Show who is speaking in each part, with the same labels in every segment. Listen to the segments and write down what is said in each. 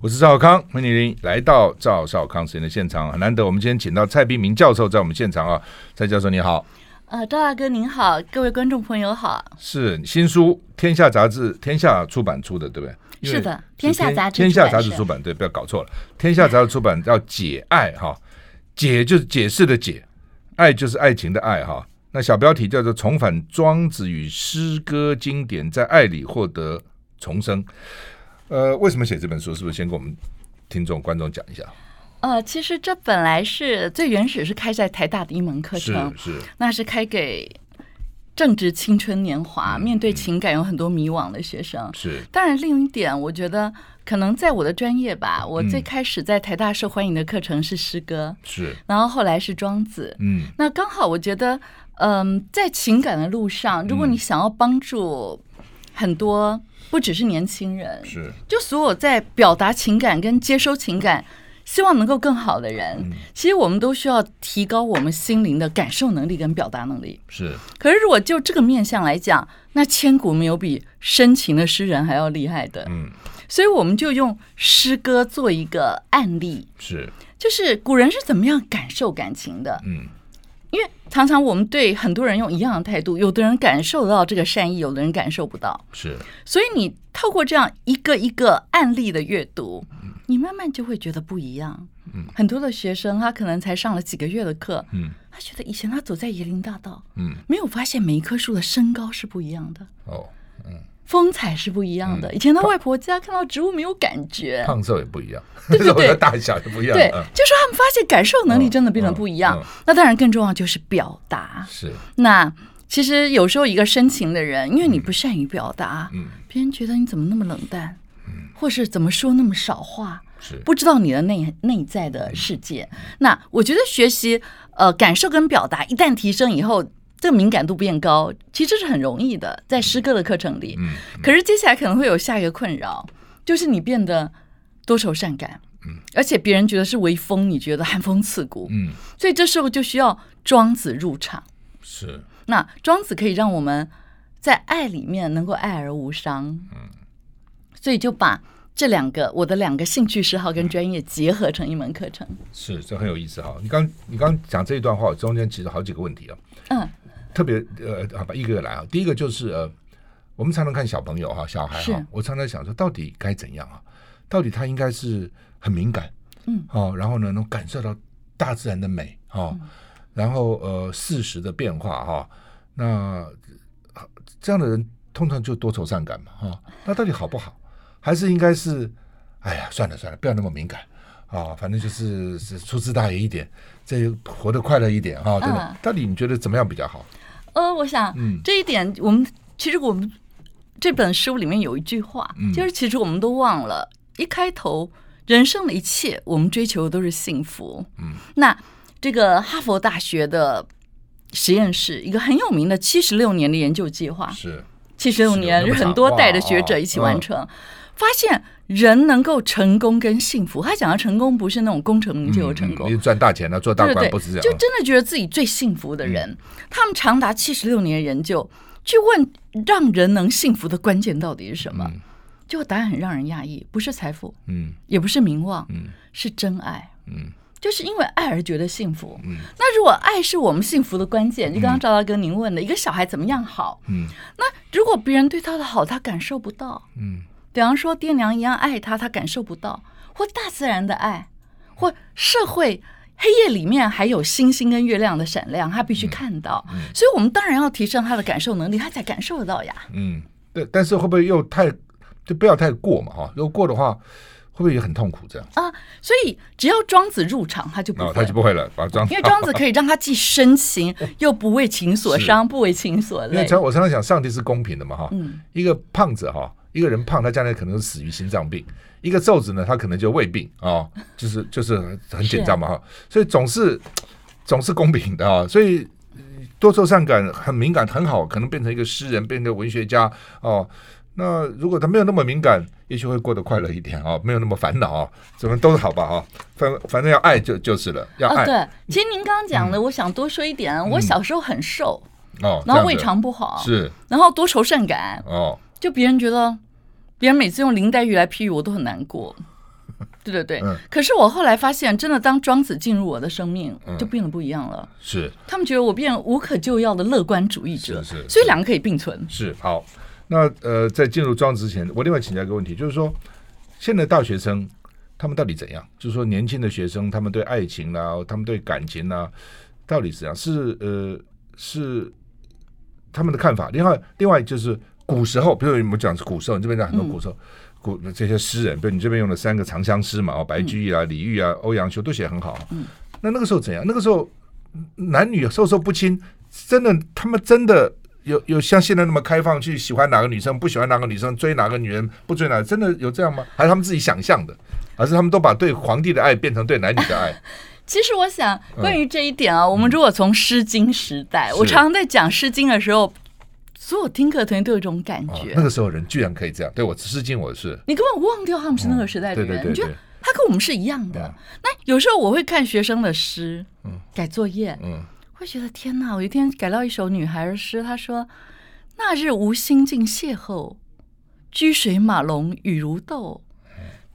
Speaker 1: 我是赵少康，欢迎您来到赵少康时间的现场。很难得，我们今天请到蔡碧明教授在我们现场啊。蔡教授你好，
Speaker 2: 呃，赵大哥您好，各位观众朋友好。
Speaker 1: 是新书《天下杂志》《天下》出版出的，对不对？因为
Speaker 2: 是的天下杂志
Speaker 1: 天下杂
Speaker 2: 出
Speaker 1: 志
Speaker 2: 版社
Speaker 1: 出版，对，不要搞错了。天下杂志出版叫《解爱》哈，解就是解释的解，爱就是爱情的爱哈。那小标题叫做《重返庄子与诗歌经典，在爱里获得重生》。呃，为什么写这本书？是不是先跟我们听众观众讲一下？
Speaker 2: 呃，其实这本来是最原始是开在台大的一门课
Speaker 1: 是
Speaker 2: 程，
Speaker 1: 是，
Speaker 2: 那是开给正值青春年
Speaker 1: 嗯
Speaker 2: 华、面对情感有很多迷惘的学生。
Speaker 1: 是
Speaker 2: 当然，另一点，我觉得可能在我的专业吧，我
Speaker 1: 嗯
Speaker 2: 最开始在台大受欢迎的课程是诗歌，
Speaker 1: 是，
Speaker 2: 然后后来是庄子。
Speaker 1: 嗯，
Speaker 2: 那刚好，我觉得，嗯、在情感的路上，如果
Speaker 1: 嗯
Speaker 2: 你想要帮助很多，不只是年轻人，
Speaker 1: 是
Speaker 2: 就所有在表达情感跟接收情感，希望能够更好的人，
Speaker 1: 嗯
Speaker 2: 其实我们都需要提高我们心灵的感受能力跟表达能力。
Speaker 1: 是，
Speaker 2: 可是如果就这个面向来讲，那千古没有比深情的诗人还要厉害的。
Speaker 1: 嗯，
Speaker 2: 所以我们就用诗歌做一个案例，
Speaker 1: 是，
Speaker 2: 就是古人是怎么样感受感情的。
Speaker 1: 嗯，
Speaker 2: 因为常常我们对很多人用一样的态度，有的人感受到这个善意，有的人感受不到。
Speaker 1: 是，
Speaker 2: 所以你透过这样一个一个案例的阅读，
Speaker 1: 嗯
Speaker 2: 你慢慢就会觉得不一样。嗯，很多的学生他可能才上了几个月的课，
Speaker 1: 嗯
Speaker 2: 他觉得以前他走在椰林大道，
Speaker 1: 嗯，
Speaker 2: 没有发现每一棵树的身高是不一样的，
Speaker 1: 哦，
Speaker 2: 风采是不一样
Speaker 1: 嗯
Speaker 2: 的。以前到外婆家看到植物没有感觉，
Speaker 1: 胖瘦也不一样，
Speaker 2: 对对
Speaker 1: 肉的
Speaker 2: 对
Speaker 1: 大小也不一样，
Speaker 2: 对，
Speaker 1: 嗯
Speaker 2: 就是他们发现感受能力真的变得不一
Speaker 1: 嗯
Speaker 2: 样。
Speaker 1: 嗯嗯嗯
Speaker 2: 那当然更重要就是表达。
Speaker 1: 是，
Speaker 2: 那其实有时候一个深情的人，因为你不善于表达，
Speaker 1: 嗯，
Speaker 2: 别人觉得你怎么那么冷淡，或是怎么说那么少话，
Speaker 1: 是，
Speaker 2: 不知道你的内内在的世界。那我觉得学习呃感受跟表达一旦提升以后。这个敏感度变高，其实这是很容易的，在诗歌的课程里。
Speaker 1: 嗯，
Speaker 2: 可是接下来可能会有下一个困扰，就是你变得多愁善感，而且别人觉得是微风，你觉得寒风刺骨，
Speaker 1: 嗯，
Speaker 2: 所以这时候就需要庄子入场。
Speaker 1: 是，
Speaker 2: 那庄子可以让我们在爱里面能够爱而无伤，嗯，所以就把这两个我的两个兴趣嗜好跟专业结合成一门课程。
Speaker 1: 是，这很有意思哈。你刚你刚讲这一段话，中间其实好几个问题啊，
Speaker 2: 嗯，
Speaker 1: 特别呃，好吧，一个一个来啊。第一个就是呃，我们常常看小朋友哈、小孩哈、
Speaker 2: 是
Speaker 1: 我常常想说，到底该怎样啊？到底他应该是很敏感，
Speaker 2: 嗯，
Speaker 1: 哦，然后呢，能感受到大自然的美哦，
Speaker 2: 嗯
Speaker 1: 然后呃，适时的变化哈、那呃这样的人通常就多愁善感嘛哈、那到底好不好？还是应该是，哎呀，算了算了，不要那么敏感。啊、反正就是是粗枝大叶一点，这活得快乐一点哈、真的、
Speaker 2: 嗯
Speaker 1: 到底你觉得怎么样比较好？
Speaker 2: 呃，我想
Speaker 1: 嗯
Speaker 2: 这一点，我们其实我们这本书里面有一句话，
Speaker 1: 嗯
Speaker 2: 就是其实我们都忘了一开头，人生的一切我们追求的都是幸福。
Speaker 1: 嗯，
Speaker 2: 那这个哈佛大学的实验室一个很有名的七十六年的研究计划，
Speaker 1: 是
Speaker 2: 七十六
Speaker 1: 是
Speaker 2: 年，
Speaker 1: 有那么
Speaker 2: 很
Speaker 1: 长
Speaker 2: 多
Speaker 1: 哇嗯
Speaker 2: 代的学者一起完成，发现人能够成功跟幸福。他讲的成功不是那种功成名嗯
Speaker 1: 嗯
Speaker 2: 就的成功，
Speaker 1: 你赚大钱了，嗯做大
Speaker 2: 对对
Speaker 1: 官不
Speaker 2: 对
Speaker 1: 是这，样，
Speaker 2: 就真的觉得自己最幸福的人，他们长达七十六年的研究，去问让人能幸福的关键到底是什么，结果答案很让人讶异，不是财富，
Speaker 1: 嗯
Speaker 2: 也不是名望，
Speaker 1: 嗯
Speaker 2: 是真爱。
Speaker 1: 嗯
Speaker 2: 就是因为爱而觉得幸福。那如果爱是我们幸福的关键，就刚刚赵大哥您问的，一个小孩怎么样好？
Speaker 1: 嗯
Speaker 2: 那如果别人对他的好，他感受不到，
Speaker 1: 嗯
Speaker 2: 比方说爹娘一样爱他，他感受不到，或大自然的爱，或社会黑夜里面还有星星跟月亮的闪亮，他必须看到。
Speaker 1: 嗯
Speaker 2: 所以我们当然要提升他的感受能力，他才感受得到呀。
Speaker 1: 嗯，对，但是会不会又太就不要太过嘛哈？如果过的话，会不会也很痛苦这样？
Speaker 2: 啊，所以只要庄子入场，他就不
Speaker 1: 那、
Speaker 2: 会。
Speaker 1: 哦他就不会了，把装
Speaker 2: 因为庄子可以让他既 深情又不为情所伤，不为情所
Speaker 1: 因为
Speaker 2: 累。
Speaker 1: 常我常常讲，上帝是公平的嘛哈。
Speaker 2: 嗯
Speaker 1: 一个胖子哈，一个人胖，他将来可能死于心脏病；一个瘦子呢，他可能就胃病啊、哦，就是就是很紧张嘛哈。所以总是总是公平的啊、所以呃多愁善感很敏感很好，可能变成一个诗人，变成一个文学家哦。那如果他没有那么敏感，也许会过得快乐一点啊、没有那么烦恼啊、怎么都好吧啊、反反正要爱就就是了，要
Speaker 2: 啊，
Speaker 1: 爱、
Speaker 2: 对，其实您刚刚讲的，我想多说一点。我小时候很瘦，
Speaker 1: 哦，
Speaker 2: 然后
Speaker 1: 这
Speaker 2: 胃
Speaker 1: 样子
Speaker 2: 肠不好，
Speaker 1: 是
Speaker 2: 然后多愁善感，
Speaker 1: 哦，
Speaker 2: 就别人觉得，别人每次用林黛玉来譬喻我都很难过。对对对。
Speaker 1: 嗯
Speaker 2: 可是我后来发现，真的当庄子进入我的生命，
Speaker 1: 嗯
Speaker 2: 就变得不一样了。
Speaker 1: 是
Speaker 2: 他们觉得我变无可救药的乐观主义者，
Speaker 1: 是是
Speaker 2: 所以两个可以并存。
Speaker 1: 是好。那呃，在进入庄子之前，我另外请教一个问题，就是说，现在大学生他们到底怎样？就是说，年轻的学生他们对爱情啦、他们对感情啦、到底是怎样？是呃，是他们的看法。另外，另外就是古时候，比如我们讲是古时候，你这边讲很多古时候。古这些诗人，比如你这边用了三个长相思嘛，哦，白居易啊、李煜啊、欧阳修都写得很好。
Speaker 2: 嗯，
Speaker 1: 那那个时候怎样？那个时候男女授受不亲，真的，他们真的有有像现在那么开放去喜欢哪个女生，不喜欢哪个女生，追哪个女人，不追哪个，真的有这样吗？还是他们自己想象的？还是他们都把对皇帝的爱变成对男女的 爱？
Speaker 2: 其实我想，关于这一点啊，我们如果从《诗经》时代，
Speaker 1: 嗯
Speaker 2: 我
Speaker 1: 是
Speaker 2: 常常在讲《诗经》的时候，所有听课同学都有一种感
Speaker 1: 啊
Speaker 2: 觉，
Speaker 1: 那个时候人居然可以这样，对我诗经我是
Speaker 2: 你根本忘掉他们是那个时代的
Speaker 1: 嗯对对
Speaker 2: 人，
Speaker 1: 对
Speaker 2: 你觉得
Speaker 1: 对
Speaker 2: 他跟我们是一样的。
Speaker 1: 嗯
Speaker 2: 那有时候我会看学生的诗，改作业，
Speaker 1: 嗯
Speaker 2: 会觉得天哪！我一天改到一首女孩的诗，她说：“那日无心竟邂逅，掬水马龙语如豆，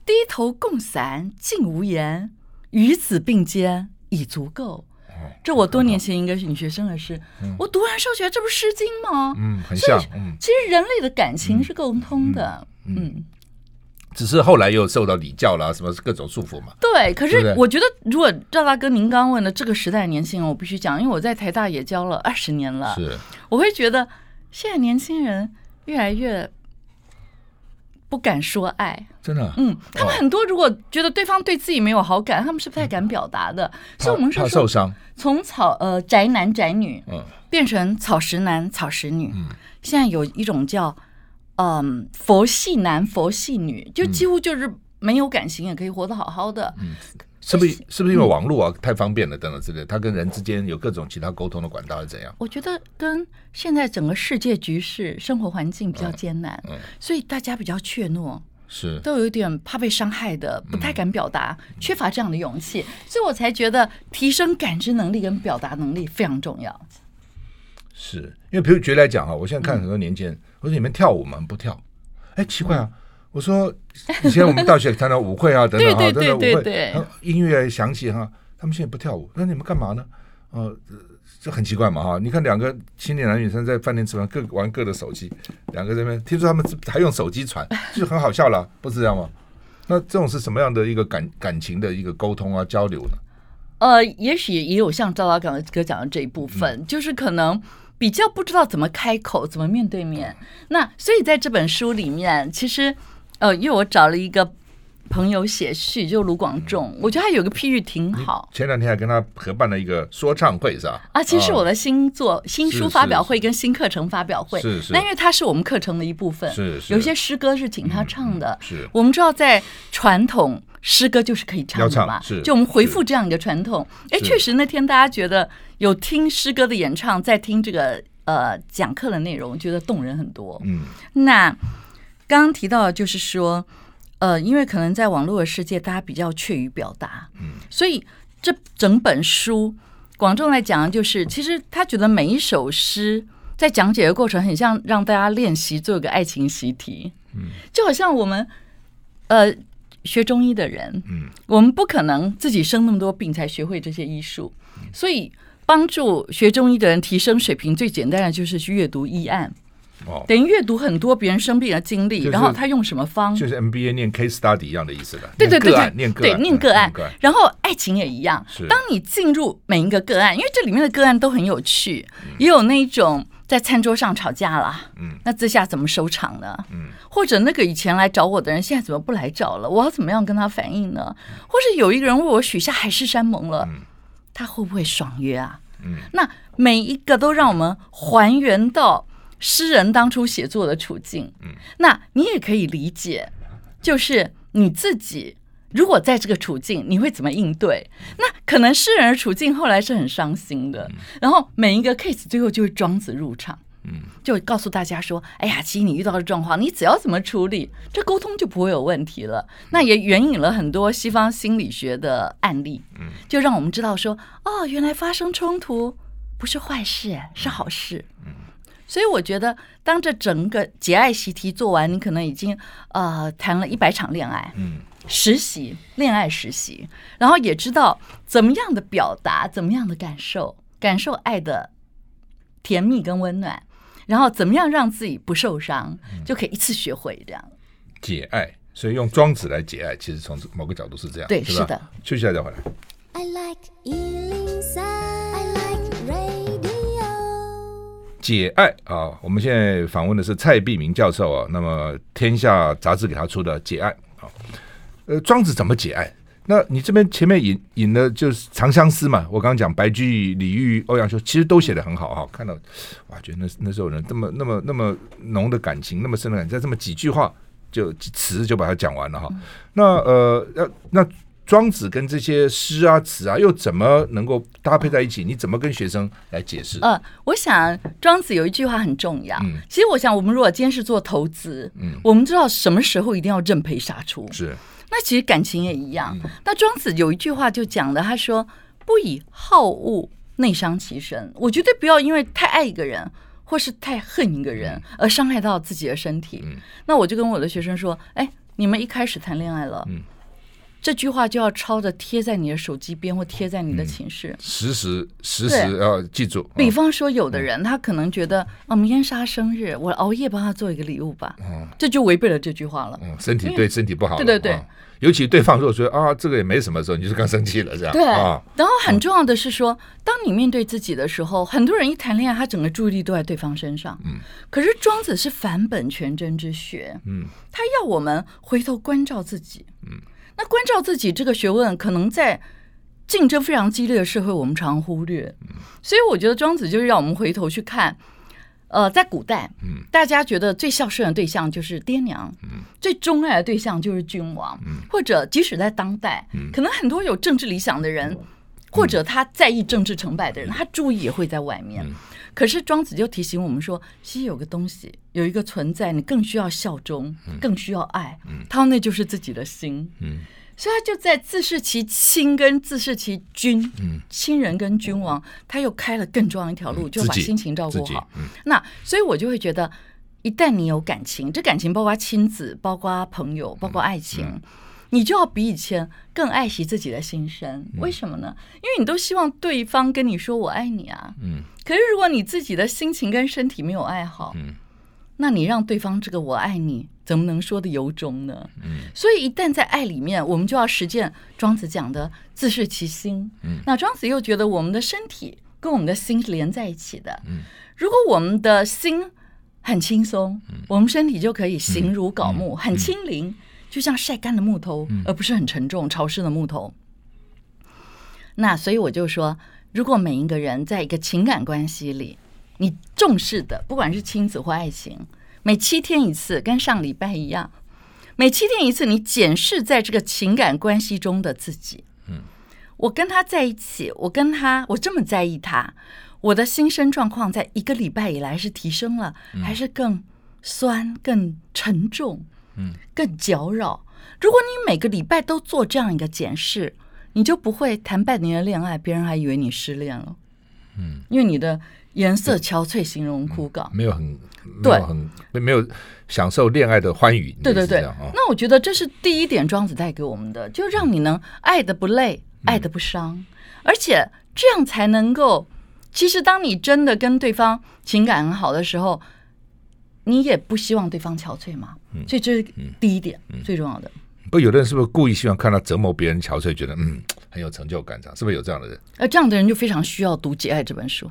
Speaker 2: 低头共伞竟无言，与子并肩已足够。”
Speaker 1: 哎
Speaker 2: 这我多年前一个女学生的诗，我读完之后觉得这不是《诗经》吗？
Speaker 1: 嗯，很
Speaker 2: 所以
Speaker 1: 像嗯，
Speaker 2: 其实人类的感情是共通的，嗯
Speaker 1: 只是后来又受到礼教啦，什么各种束缚嘛。
Speaker 2: 对，可
Speaker 1: 对不
Speaker 2: 是
Speaker 1: 对
Speaker 2: 我觉得，如果赵大哥您刚刚问的这个时代的年轻人，我必须讲，因为我在台大也教了二十年了，
Speaker 1: 是
Speaker 2: 我会觉得现在年轻人越来越不敢说爱。
Speaker 1: 真的啊，
Speaker 2: 嗯，他们很多如果觉得对方对自己没有好感，他们是不太敢表达的。所以我们
Speaker 1: 怕怕
Speaker 2: 是
Speaker 1: 受
Speaker 2: 说，
Speaker 1: 伤，
Speaker 2: 从草呃宅男宅女
Speaker 1: 嗯
Speaker 2: 变成草食男草食女，
Speaker 1: 嗯
Speaker 2: 现在有一种叫嗯佛系男佛系女，就几乎就是没有感情也可以活得好好的。
Speaker 1: 嗯，是不是是不是因为网络啊太方便了等等之类的，他跟人之间有各种其他沟通的管道是怎样？
Speaker 2: 我觉得跟现在整个世界局势、生活环境比较艰难，
Speaker 1: 嗯嗯
Speaker 2: 所以大家比较怯懦，
Speaker 1: 是
Speaker 2: 都有一点怕被伤害的，不太敢表达，缺乏这样的勇气，所以我才觉得提升感知能力跟表达能力非常重要。
Speaker 1: 是，因为比如举例来讲啊，我现
Speaker 2: 嗯
Speaker 1: 在看很多年轻人，我说你们跳舞吗？不跳，哎，奇怪啊。我说，以前我们大学 谈到舞会啊，等等啊，
Speaker 2: 嗯对
Speaker 1: 等
Speaker 2: 对
Speaker 1: 等舞
Speaker 2: 对
Speaker 1: 会，
Speaker 2: 对
Speaker 1: 然后音乐响起哈，他们现在不跳舞，那你们干嘛呢？呃，这很奇怪嘛哈！你看两个青年男女生在饭店吃饭，各玩各的手机，两个这边听说他们还用手机传，就很好笑了，不是这样吗？那这种是什么样的一个感感情的一个沟通啊交流呢？
Speaker 2: 呃，也许也有像赵老刚哥讲的这一部分，就是可能比较不知道怎么开口，怎么面对面。那所以在这本书里面，其实呃，因为我找了一个朋友写序，就卢广仲，我觉得他有个譬喻挺好。
Speaker 1: 前两天还跟他合办了一个说唱会是吧？
Speaker 2: 啊，其实
Speaker 1: 啊
Speaker 2: 我的新作、新
Speaker 1: 是
Speaker 2: 书发
Speaker 1: 是
Speaker 2: 表会
Speaker 1: 是
Speaker 2: 跟新课程发表会，
Speaker 1: 是是
Speaker 2: 那因为它是我们课程的一部分，
Speaker 1: 是是
Speaker 2: 有些诗歌是请他唱的。
Speaker 1: 是
Speaker 2: 我们知道，在传统诗歌就是可以唱
Speaker 1: 要
Speaker 2: 的嘛
Speaker 1: 唱是，
Speaker 2: 就我们回复这样一个传统。哎，
Speaker 1: 是
Speaker 2: 确实那天大家觉得有听诗歌的演唱，在听这个呃讲课的内容，觉得动人很多。
Speaker 1: 嗯
Speaker 2: 那刚刚提到的就是说，呃，因为可能在网络的世界，大家比较怯于表达，嗯，所以这整本书广众来讲，就是其实他觉得每一首诗在讲解的过程，很像让大家练习做个爱情习题，嗯，就好像我们呃学中医的人，
Speaker 1: 嗯，
Speaker 2: 我们不可能自己生那么多病才学会这些医术，所以。帮助学中医的人提升水平，最简单的就是去阅读医案。
Speaker 1: 哦，
Speaker 2: 等于阅读很多别人生病的经历，
Speaker 1: 就是
Speaker 2: 然后他用什么方，
Speaker 1: 就是 MBA 念 case study 一样的意思的，
Speaker 2: 对对
Speaker 1: 念个
Speaker 2: 对对，
Speaker 1: 案，念个
Speaker 2: 对
Speaker 1: 案，
Speaker 2: 念
Speaker 1: 嗯
Speaker 2: 个
Speaker 1: 念
Speaker 2: 案
Speaker 1: 个案，
Speaker 2: 然后爱情也一样
Speaker 1: 是。
Speaker 2: 当你进入每一个个案，因为这里面的个案都很有趣，也有那种在餐桌上吵架啦，
Speaker 1: 嗯，
Speaker 2: 那这下怎么收场呢？
Speaker 1: 嗯，
Speaker 2: 或者那个以前来找我的人，现在怎么不来找了？我要怎么样跟他反应呢？或者有一个人为我许下海誓山盟了，
Speaker 1: 嗯
Speaker 2: 他会不会爽约啊？
Speaker 1: 嗯，
Speaker 2: 那每一个都让我们还原到诗人当初写作的处境。
Speaker 1: 嗯，
Speaker 2: 那你也可以理解，就是你自己。如果在这个处境，你会怎么应对？那可能诗人的处境后来是很伤心的，然后每一个 case 最后就会庄子入场，
Speaker 1: 嗯，
Speaker 2: 就告诉大家说：“哎呀，其实你遇到的状况，你只要怎么处理，这沟通就不会有问题了。”
Speaker 1: 嗯
Speaker 2: 那也援引了很多西方心理学的案例，
Speaker 1: 嗯，
Speaker 2: 就让我们知道说：“哦，原来发生冲突不是坏事，
Speaker 1: 嗯
Speaker 2: 是好事。”所以我觉得，当这整个节爱习题做完，你可能已经呃谈了一百场恋爱，
Speaker 1: 嗯，
Speaker 2: 实习恋爱实习，然后也知道怎么样的表达，怎么样的感受，感受爱的甜蜜跟温暖，然后怎么样让自己不受伤，
Speaker 1: 嗯
Speaker 2: 就可以一次学会这样。
Speaker 1: 解爱，所以用庄子来解爱，其实从某个角度是这样，
Speaker 2: 对
Speaker 1: 是吧
Speaker 2: 是的。
Speaker 1: 休息一下再回来。
Speaker 3: I like Ealing Sound. I like radio.
Speaker 1: 解爱啊，我们现在访问的是蔡碧明教授啊。那么《天下》杂志给他出的《解爱》啊，呃，庄子怎么解爱？那你这边前面引引的就是《长相思》嘛，我刚刚讲白居易、李煜、欧阳修，其实都写的很好哈、看到哇，觉得那那时候人这么那么那么浓的感情，那么深的感情，在这么几句话就几词就把它讲完了哈、那呃，那那庄子跟这些诗啊词啊，又怎么能够搭配在一起？你怎么跟学生来解释？
Speaker 2: 呃，我想庄子有一句话很重要。
Speaker 1: 嗯
Speaker 2: 其实我想，我们如果今天是做投资，
Speaker 1: 嗯
Speaker 2: 我们知道什么时候一定要认赔杀出。
Speaker 1: 是
Speaker 2: 那其实感情也一样。
Speaker 1: 嗯
Speaker 2: 那庄子有一句话就讲了，他说：“不以好恶内伤其身。”我绝对不要因为太爱一个人或是太恨一个人而伤害到自己的身体。
Speaker 1: 嗯
Speaker 2: 那我就跟我的学生说：“哎，你们一开始谈恋爱了，
Speaker 1: 嗯
Speaker 2: 这句话就要抄着贴在你的手机边或贴在你
Speaker 1: 嗯
Speaker 2: 的寝室。
Speaker 1: 时时时时
Speaker 2: 对
Speaker 1: 要记住。
Speaker 2: 比
Speaker 1: 嗯
Speaker 2: 方说，有的人他可能觉得啊，明天是他生日，我熬夜帮他做一个礼物吧，这就违背了这句话了。
Speaker 1: 嗯，身体对身体不好了。
Speaker 2: 对对对
Speaker 1: 啊尤其对方如果说啊，这个也没什么的时候，你就更生气了，这样。
Speaker 2: 对，
Speaker 1: 啊，
Speaker 2: 然后很重要的是说，当你面对自己的时候，很多人一谈恋爱，他整个注意力都在对方身上。
Speaker 1: 嗯，
Speaker 2: 可是庄子是返本全真之学，
Speaker 1: 嗯，
Speaker 2: 他要我们回头关照自己。嗯，那关照自己这个学问，可能在竞争非常激烈的社会，我们常忽略。所以我觉得庄子就是让我们回头去看。呃，在古代，
Speaker 1: 嗯，
Speaker 2: 大家觉得最孝顺的对象就是爹娘，嗯，最钟爱的对象就是君王，嗯，或者即使在当代，嗯，可能很多有政治理想的人，或者他在意政治成
Speaker 1: 嗯
Speaker 2: 败的人，他注意也会在外面。可是庄子就提醒我们说，其实有个东西，有一个存在，你更需要效忠，更需要爱，他说那就是自己的心，
Speaker 1: 嗯，
Speaker 2: 所以他就在自视其亲跟自视其君，
Speaker 1: 嗯，
Speaker 2: 亲人跟君王，他又开了更重要一条路，就
Speaker 1: 自
Speaker 2: 把
Speaker 1: 己
Speaker 2: 心情照
Speaker 1: 自
Speaker 2: 顾
Speaker 1: 己
Speaker 2: 好。
Speaker 1: 嗯
Speaker 2: 那所以我就会觉得，一旦你有感情，这感情包括亲子，包括朋友，包括爱情。你就要比以前更爱惜自己的心声，为什么呢？因为你都希望对方跟你说“我爱你”啊，
Speaker 1: 嗯
Speaker 2: 可是如果你自己的心情跟身体没有爱好，
Speaker 1: 嗯
Speaker 2: 那你让对方这个“我爱你”怎么能说的由衷呢？
Speaker 1: 嗯
Speaker 2: 所以一旦在爱里面，我们就要实践庄子讲的“自视其心”。
Speaker 1: 嗯
Speaker 2: 那庄子又觉得我们的身体跟我们的心是连在一起的。
Speaker 1: 嗯
Speaker 2: 如果我们的心很轻松，
Speaker 1: 嗯
Speaker 2: 我们身体就可以形如槁木，很轻灵，就像晒干的木头，
Speaker 1: 嗯
Speaker 2: 而不是很沉重、潮湿的木头。那所以我就说，如果每一个人在一个情感关系里，你重视的，不管是亲子或爱情，每七天一次，跟上礼拜一样，每七天一次，你检视在这个情感关系中的自己。
Speaker 1: 嗯
Speaker 2: 我跟他在一起，我跟他，我这么在意他，我的心身状况在一个礼拜以来是提升了，还是更酸、更沉重、
Speaker 1: 嗯、
Speaker 2: 更搅扰？如果你每个礼拜都做这样一个检视，你就不会谈半年的恋爱，别人还以为你失恋了。
Speaker 1: 嗯，
Speaker 2: 因为你的颜色憔悴，形容枯槁。
Speaker 1: 没有很没
Speaker 2: 对
Speaker 1: 有很没没有享受恋爱的欢愉。
Speaker 2: 对对
Speaker 1: 你的意思是
Speaker 2: 对
Speaker 1: 这样啊，
Speaker 2: 那我觉得这是第一点，庄子带给我们的，就让你能爱的不累，
Speaker 1: 嗯
Speaker 2: 爱的不伤，而且这样才能够。其实，当你真的跟对方情感很好的时候，你也不希望对方憔悴嘛，
Speaker 1: 嗯
Speaker 2: 所以这是第一点、最重要的。
Speaker 1: 不，有的人是不是故意希望看到折磨别人憔悴，觉得嗯很有成就感，这样是不是有这样的人？
Speaker 2: 而呃这样的人就非常需要读《节爱》这 本书，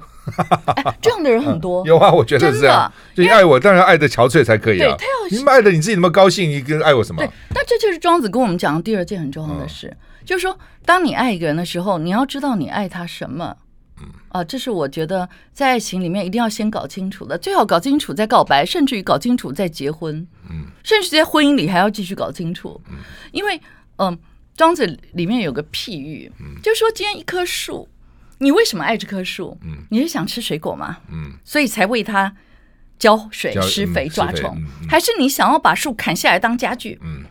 Speaker 2: 哎，这样的人很多。
Speaker 1: 有啊，我觉得是这样。就
Speaker 2: 真的
Speaker 1: 你爱我，当然要爱的憔悴才可以啊
Speaker 2: 对他要。
Speaker 1: 你们爱的你自己那么高兴，你跟爱我什么
Speaker 2: 对？，那这就是庄子跟我们讲的第二件很重要的事，
Speaker 1: 嗯
Speaker 2: 就是说，当你爱一个人的时候，你要知道你爱他什么。
Speaker 1: 嗯
Speaker 2: 啊，这是我觉得在爱情里面一定要先搞清楚的，最好搞清楚再告白，甚至于搞清楚再结婚，
Speaker 1: 嗯，
Speaker 2: 甚至在婚姻里还要继续搞清楚，因为嗯、庄子里面有个譬喻，
Speaker 1: 嗯
Speaker 2: 就是说今天一棵树，你为什么爱这棵树？
Speaker 1: 嗯，
Speaker 2: 你是想吃水果吗？
Speaker 1: 嗯，
Speaker 2: 所以才为它浇水、
Speaker 1: 浇
Speaker 2: 施
Speaker 1: 嗯
Speaker 2: 肥、
Speaker 1: 施
Speaker 2: 抓
Speaker 1: 肥
Speaker 2: 虫
Speaker 1: 嗯，嗯
Speaker 2: 还是你想要把树砍下来当家具？
Speaker 1: 嗯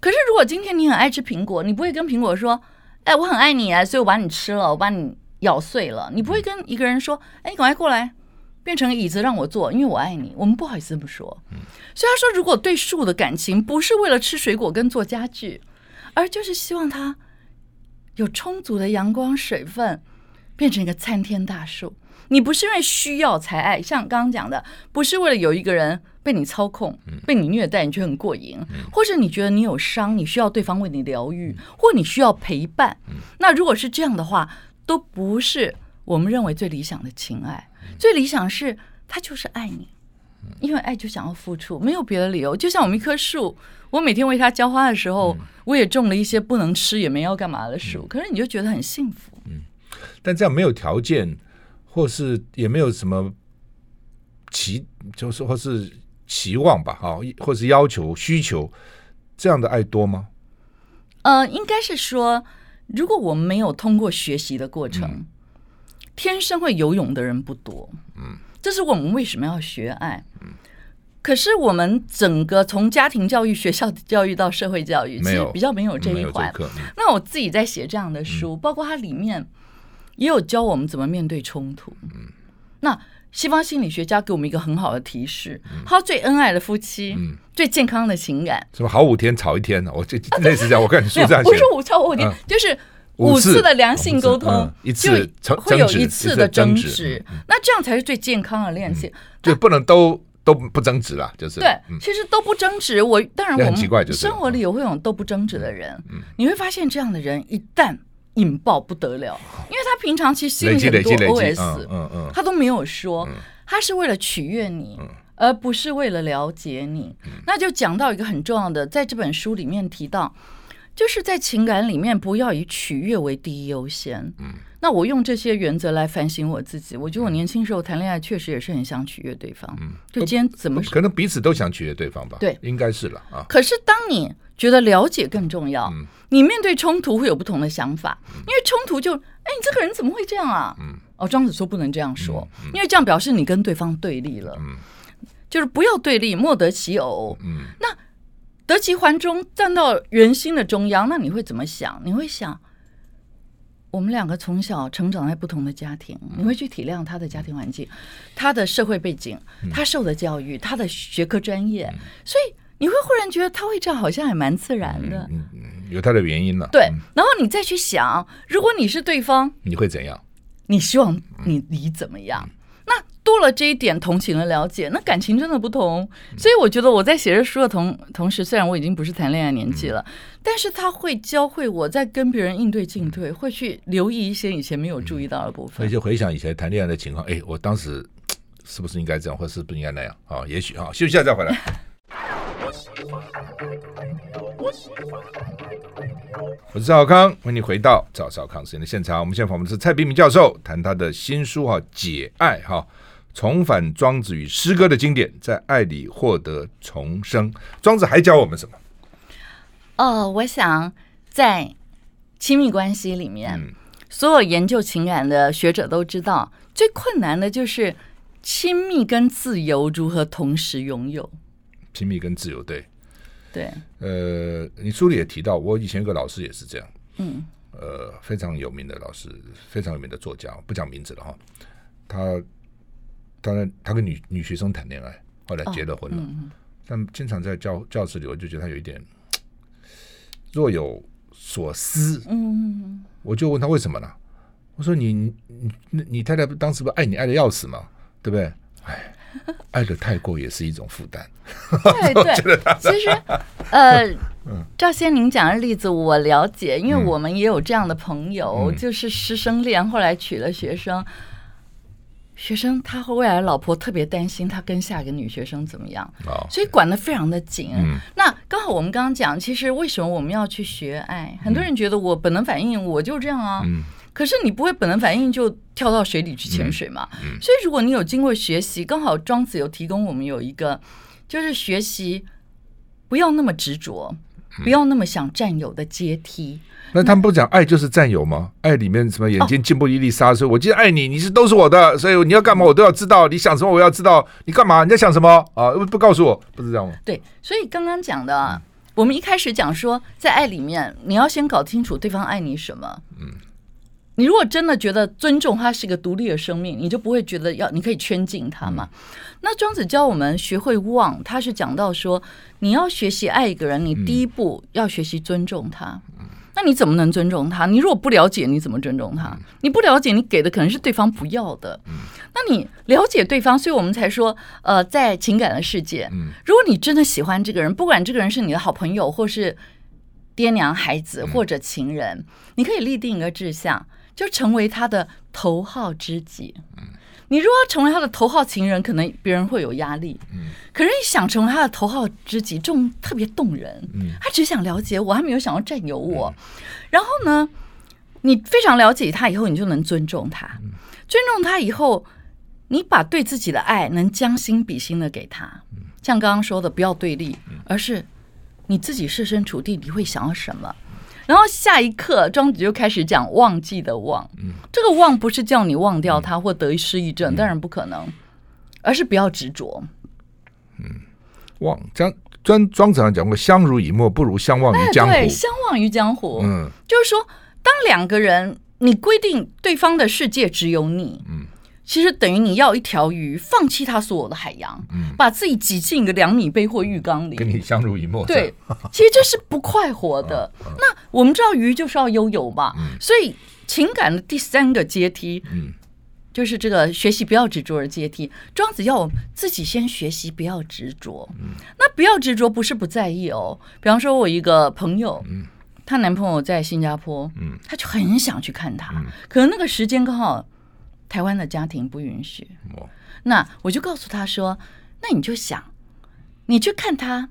Speaker 2: 可是如果今天你很爱吃苹果，你不会跟苹果说：“哎，我很爱你啊，所以我把你吃了，我把你咬碎了。”你不会跟一个人说：“哎，你赶快过来，变成椅子让我坐，因为我爱你。”我们不好意思这么说。所以他说，如果对树的感情不是为了吃水果跟做家具，而就是希望它有充足的阳光、水分，变成一个参天大树。你不是因为需要才爱，像刚刚讲的，不是为了有一个人被你操控、被你虐待，你觉得很过瘾，或者你觉得你有伤，你需要对方为你疗愈，或你需要陪伴。那如果是这样的话，都不是我们认为最理想的情爱。最理想是他就是爱你，因为爱就想要付出，没有别的理由。就像我们一棵树，我每天为它浇花的时候，我也种了一些不能吃也没要干嘛的树，可是你就觉得很幸福。
Speaker 1: 但这样没有条件，或是也没有什么期，就是或是期望吧，哈，或是要求、需求，这样的爱多吗？
Speaker 2: 呃，应该是说，如果我们没有通过学习的过程，
Speaker 1: 嗯
Speaker 2: 天生会游泳的人不多。嗯，这是我们为什么要学爱。嗯，可是我们整个从家庭教育、学校教育到社会教育，其
Speaker 1: 没
Speaker 2: 实
Speaker 1: 有
Speaker 2: 比较没哦有这
Speaker 1: 没
Speaker 2: 一
Speaker 1: 有这嗯
Speaker 2: 环。
Speaker 1: 课，嗯
Speaker 2: 那我自己在写这样的书，包括它里面也有教我们怎么面对冲突。嗯，那西方心理学家给我们一个很好的提示：，他说最恩爱的夫妻，
Speaker 1: 嗯
Speaker 2: 最健康的情感，
Speaker 1: 什么好五天吵一天，我这类似这样，我看你书
Speaker 2: 呃没有
Speaker 1: 这样写
Speaker 2: 不是五超五天，
Speaker 1: 嗯
Speaker 2: 就是
Speaker 1: 五
Speaker 2: 五
Speaker 1: 次
Speaker 2: 次的良性沟
Speaker 1: 嗯
Speaker 2: 通
Speaker 1: 嗯，一次
Speaker 2: 就
Speaker 1: 争
Speaker 2: 会有
Speaker 1: 争执
Speaker 2: 一次的争
Speaker 1: 一次争
Speaker 2: 执
Speaker 1: 执，嗯
Speaker 2: 那这样才是最健康的恋情。
Speaker 1: 就不能都都不争执啦，就是
Speaker 2: 对
Speaker 1: 嗯，
Speaker 2: 其实都不争执。我当然
Speaker 1: 也
Speaker 2: 我
Speaker 1: 很奇怪就
Speaker 2: 们
Speaker 1: 是了嗯
Speaker 2: 生活里也会有都不争执的人，你会发现这样的人一旦引爆不得了，因为他平常其实心
Speaker 1: 累积
Speaker 2: 里
Speaker 1: 累
Speaker 2: 很多
Speaker 1: 积累积，嗯
Speaker 2: OS，
Speaker 1: 嗯嗯，
Speaker 2: 他都没有说，他是为了取悦你。而不是为了了解你，那就讲到一个很重要的，在这本书里面提到，就是在情感里面不要以取悦为第一优先。嗯，那我用这些原则来反省我自己，我觉得我年轻时候谈恋爱确实也是很想取悦对方，嗯、就今天怎么
Speaker 1: 可能彼此都想取悦对方吧，
Speaker 2: 对
Speaker 1: 应该是了啊，
Speaker 2: 可是当你觉得了解更重要，你面对冲突会有不同的想法，因为冲突就，哎，你这个人怎么会这样啊？哦，庄子说不能这样说，因为这样表示你跟对方对立了，就是不要对立，莫得其偶。
Speaker 1: 嗯
Speaker 2: 那得其环中，站到圆心的中央，那你会怎么想？你会想。我们两个从小成长在不同的家庭，
Speaker 1: 嗯
Speaker 2: 你会去体谅他的家庭环境、他的社会背景、
Speaker 1: 嗯
Speaker 2: 他受的教育、他的学科专业，所以你会忽然觉得他会这样，好像还蛮自然的。
Speaker 1: 嗯，嗯有他的原因了，
Speaker 2: 对
Speaker 1: 嗯，
Speaker 2: 然后你再去想，如果你是对方，
Speaker 1: 你会怎样？
Speaker 2: 你希望你你怎么样？那多了这一点同情的了解，那感情真的不同。所以我觉得我在写这书的同同时，虽然我已经不是谈恋爱年纪了，但是他会教会我在跟别人应对进退，会去留意一些以前没有注意到的部
Speaker 1: 所以
Speaker 2: 分。
Speaker 1: 就回想以前谈恋爱的情况，哎，我当时是不是应该这样，或是不应该那样啊？也许啊，休息一下再回来。我是赵少康，欢迎你回到赵少康时间的现场。我们现在访问的是蔡炳明教授，谈他的新书哈、解爱》哈、重返庄子与诗歌的经典，在爱里获得重生。庄子还教我们什么？
Speaker 2: 哦，我想在亲密关系里面，
Speaker 1: 嗯
Speaker 2: 所有研究情感的学者都知道，最困难的就是亲密跟自由如何同时拥有。
Speaker 1: 亲密跟自由对。
Speaker 2: 对，
Speaker 1: 呃，你书里也提到，我以前有个老师也是这样，
Speaker 2: 嗯，
Speaker 1: 呃，非常有名的老师，非常有名的作家，不讲名字了哈。他，他他跟女女学生谈恋爱，后来结了婚了，
Speaker 2: 嗯
Speaker 1: 但经常在教教室里，我就觉得他有一点若有所思。
Speaker 2: 嗯，
Speaker 1: 我就问他为什么呢？我说你你你你太太不当时不是爱你爱的要死吗？对不对？哎，爱的太过也是一种负担。
Speaker 2: 对对，其实呃，赵先您讲的例子我了解，因为我们也有这样的朋友，
Speaker 1: 嗯
Speaker 2: 就是师生恋，后来娶了学生。学生他和未来的老婆特别担心他跟下一个女学生怎么样，
Speaker 1: 哦，
Speaker 2: 所以管得非常的紧。
Speaker 1: 嗯
Speaker 2: 那刚好我们刚刚讲，其实为什么我们要去学爱？很多人觉得我本能反应我就这样啊，
Speaker 1: 嗯
Speaker 2: 可是你不会本能反应就跳到水里去潜水嘛。
Speaker 1: 嗯
Speaker 2: 所以如果你有经过学习，刚好庄子有提供我们有一个，就是学习不要那么执着，
Speaker 1: 嗯
Speaker 2: 不要那么想占有的阶梯。
Speaker 1: 那他们不讲爱就是占有吗？爱里面什么
Speaker 2: 哦
Speaker 1: 眼睛进步、伊丽莎，所以我既然爱你，你是都是我的，所以你要干嘛我都要知道，你想什么我要知道，你干嘛你在想什么啊？不不告诉我，不是这样吗？
Speaker 2: 对，所以刚刚讲的啊，我们一开始讲说，在爱里面，你要先搞清楚对方爱你什么。嗯，你如果真的觉得尊重它是一个独立的生命，你就不会觉得要你可以圈禁它嘛。那庄子教我们学会忘，他是讲到说，你要学习爱一个人，你第一步要学习尊重他。那你怎么能尊重他？你如果不了解，你怎么尊重他？你不了解，你给的可能是对方不要的。那你了解对方，所以我们才说，呃，在情感的世界，如果你真的喜欢这个人，不管这个人是你的好朋友，或是爹娘、孩子或者情人，你可以立定一个志向，就成为他的头号知己。你如果要成为他的头号情人，可能别人会有压力。可是你想成为他的头号知己，这种特别动人。
Speaker 1: 嗯
Speaker 2: 他只想了解我，他没有想要占有我。然后呢，你非常了解他以后，你就能尊重他。尊重他以后，你把对自己的爱能将心比心的给他。像刚刚说的，不要对立，
Speaker 1: 嗯
Speaker 2: 而是你自己设身处地，你会想要什么。然后下一刻，庄子就开始讲忘记的忘。
Speaker 1: 嗯
Speaker 2: 这个忘不是叫你忘掉他或得失忆症，当然不可能，而是不要执着。
Speaker 1: 忘江庄庄子上讲过，相濡以沫不如相忘于江湖。
Speaker 2: 对，相忘于江湖。
Speaker 1: 嗯
Speaker 2: 就是说，当两个人你规定对方的世界只有你，
Speaker 1: 嗯
Speaker 2: 其实等于你要一条鱼放弃它所有的海洋，
Speaker 1: 嗯，
Speaker 2: 把自己挤进一个两米杯或浴缸里。
Speaker 1: 跟你相濡以沫。
Speaker 2: 对，其实这是不快活的。
Speaker 1: 嗯
Speaker 2: 那我们知道鱼就是要悠游嘛，所以情感的第三个阶梯
Speaker 1: 嗯
Speaker 2: 就是这个学习不要执着的阶梯。庄子要我们自己先学习不要执着。
Speaker 1: 嗯
Speaker 2: 那不要执着不是不在意哦。比方说，我一个朋友，她男朋友在新加坡，
Speaker 1: 嗯
Speaker 2: 她就很想去看他，
Speaker 1: 嗯
Speaker 2: 可能那个时间刚好台湾的家庭不允许。
Speaker 1: 哦
Speaker 2: 那我就告诉他说，那你就想，你去看他，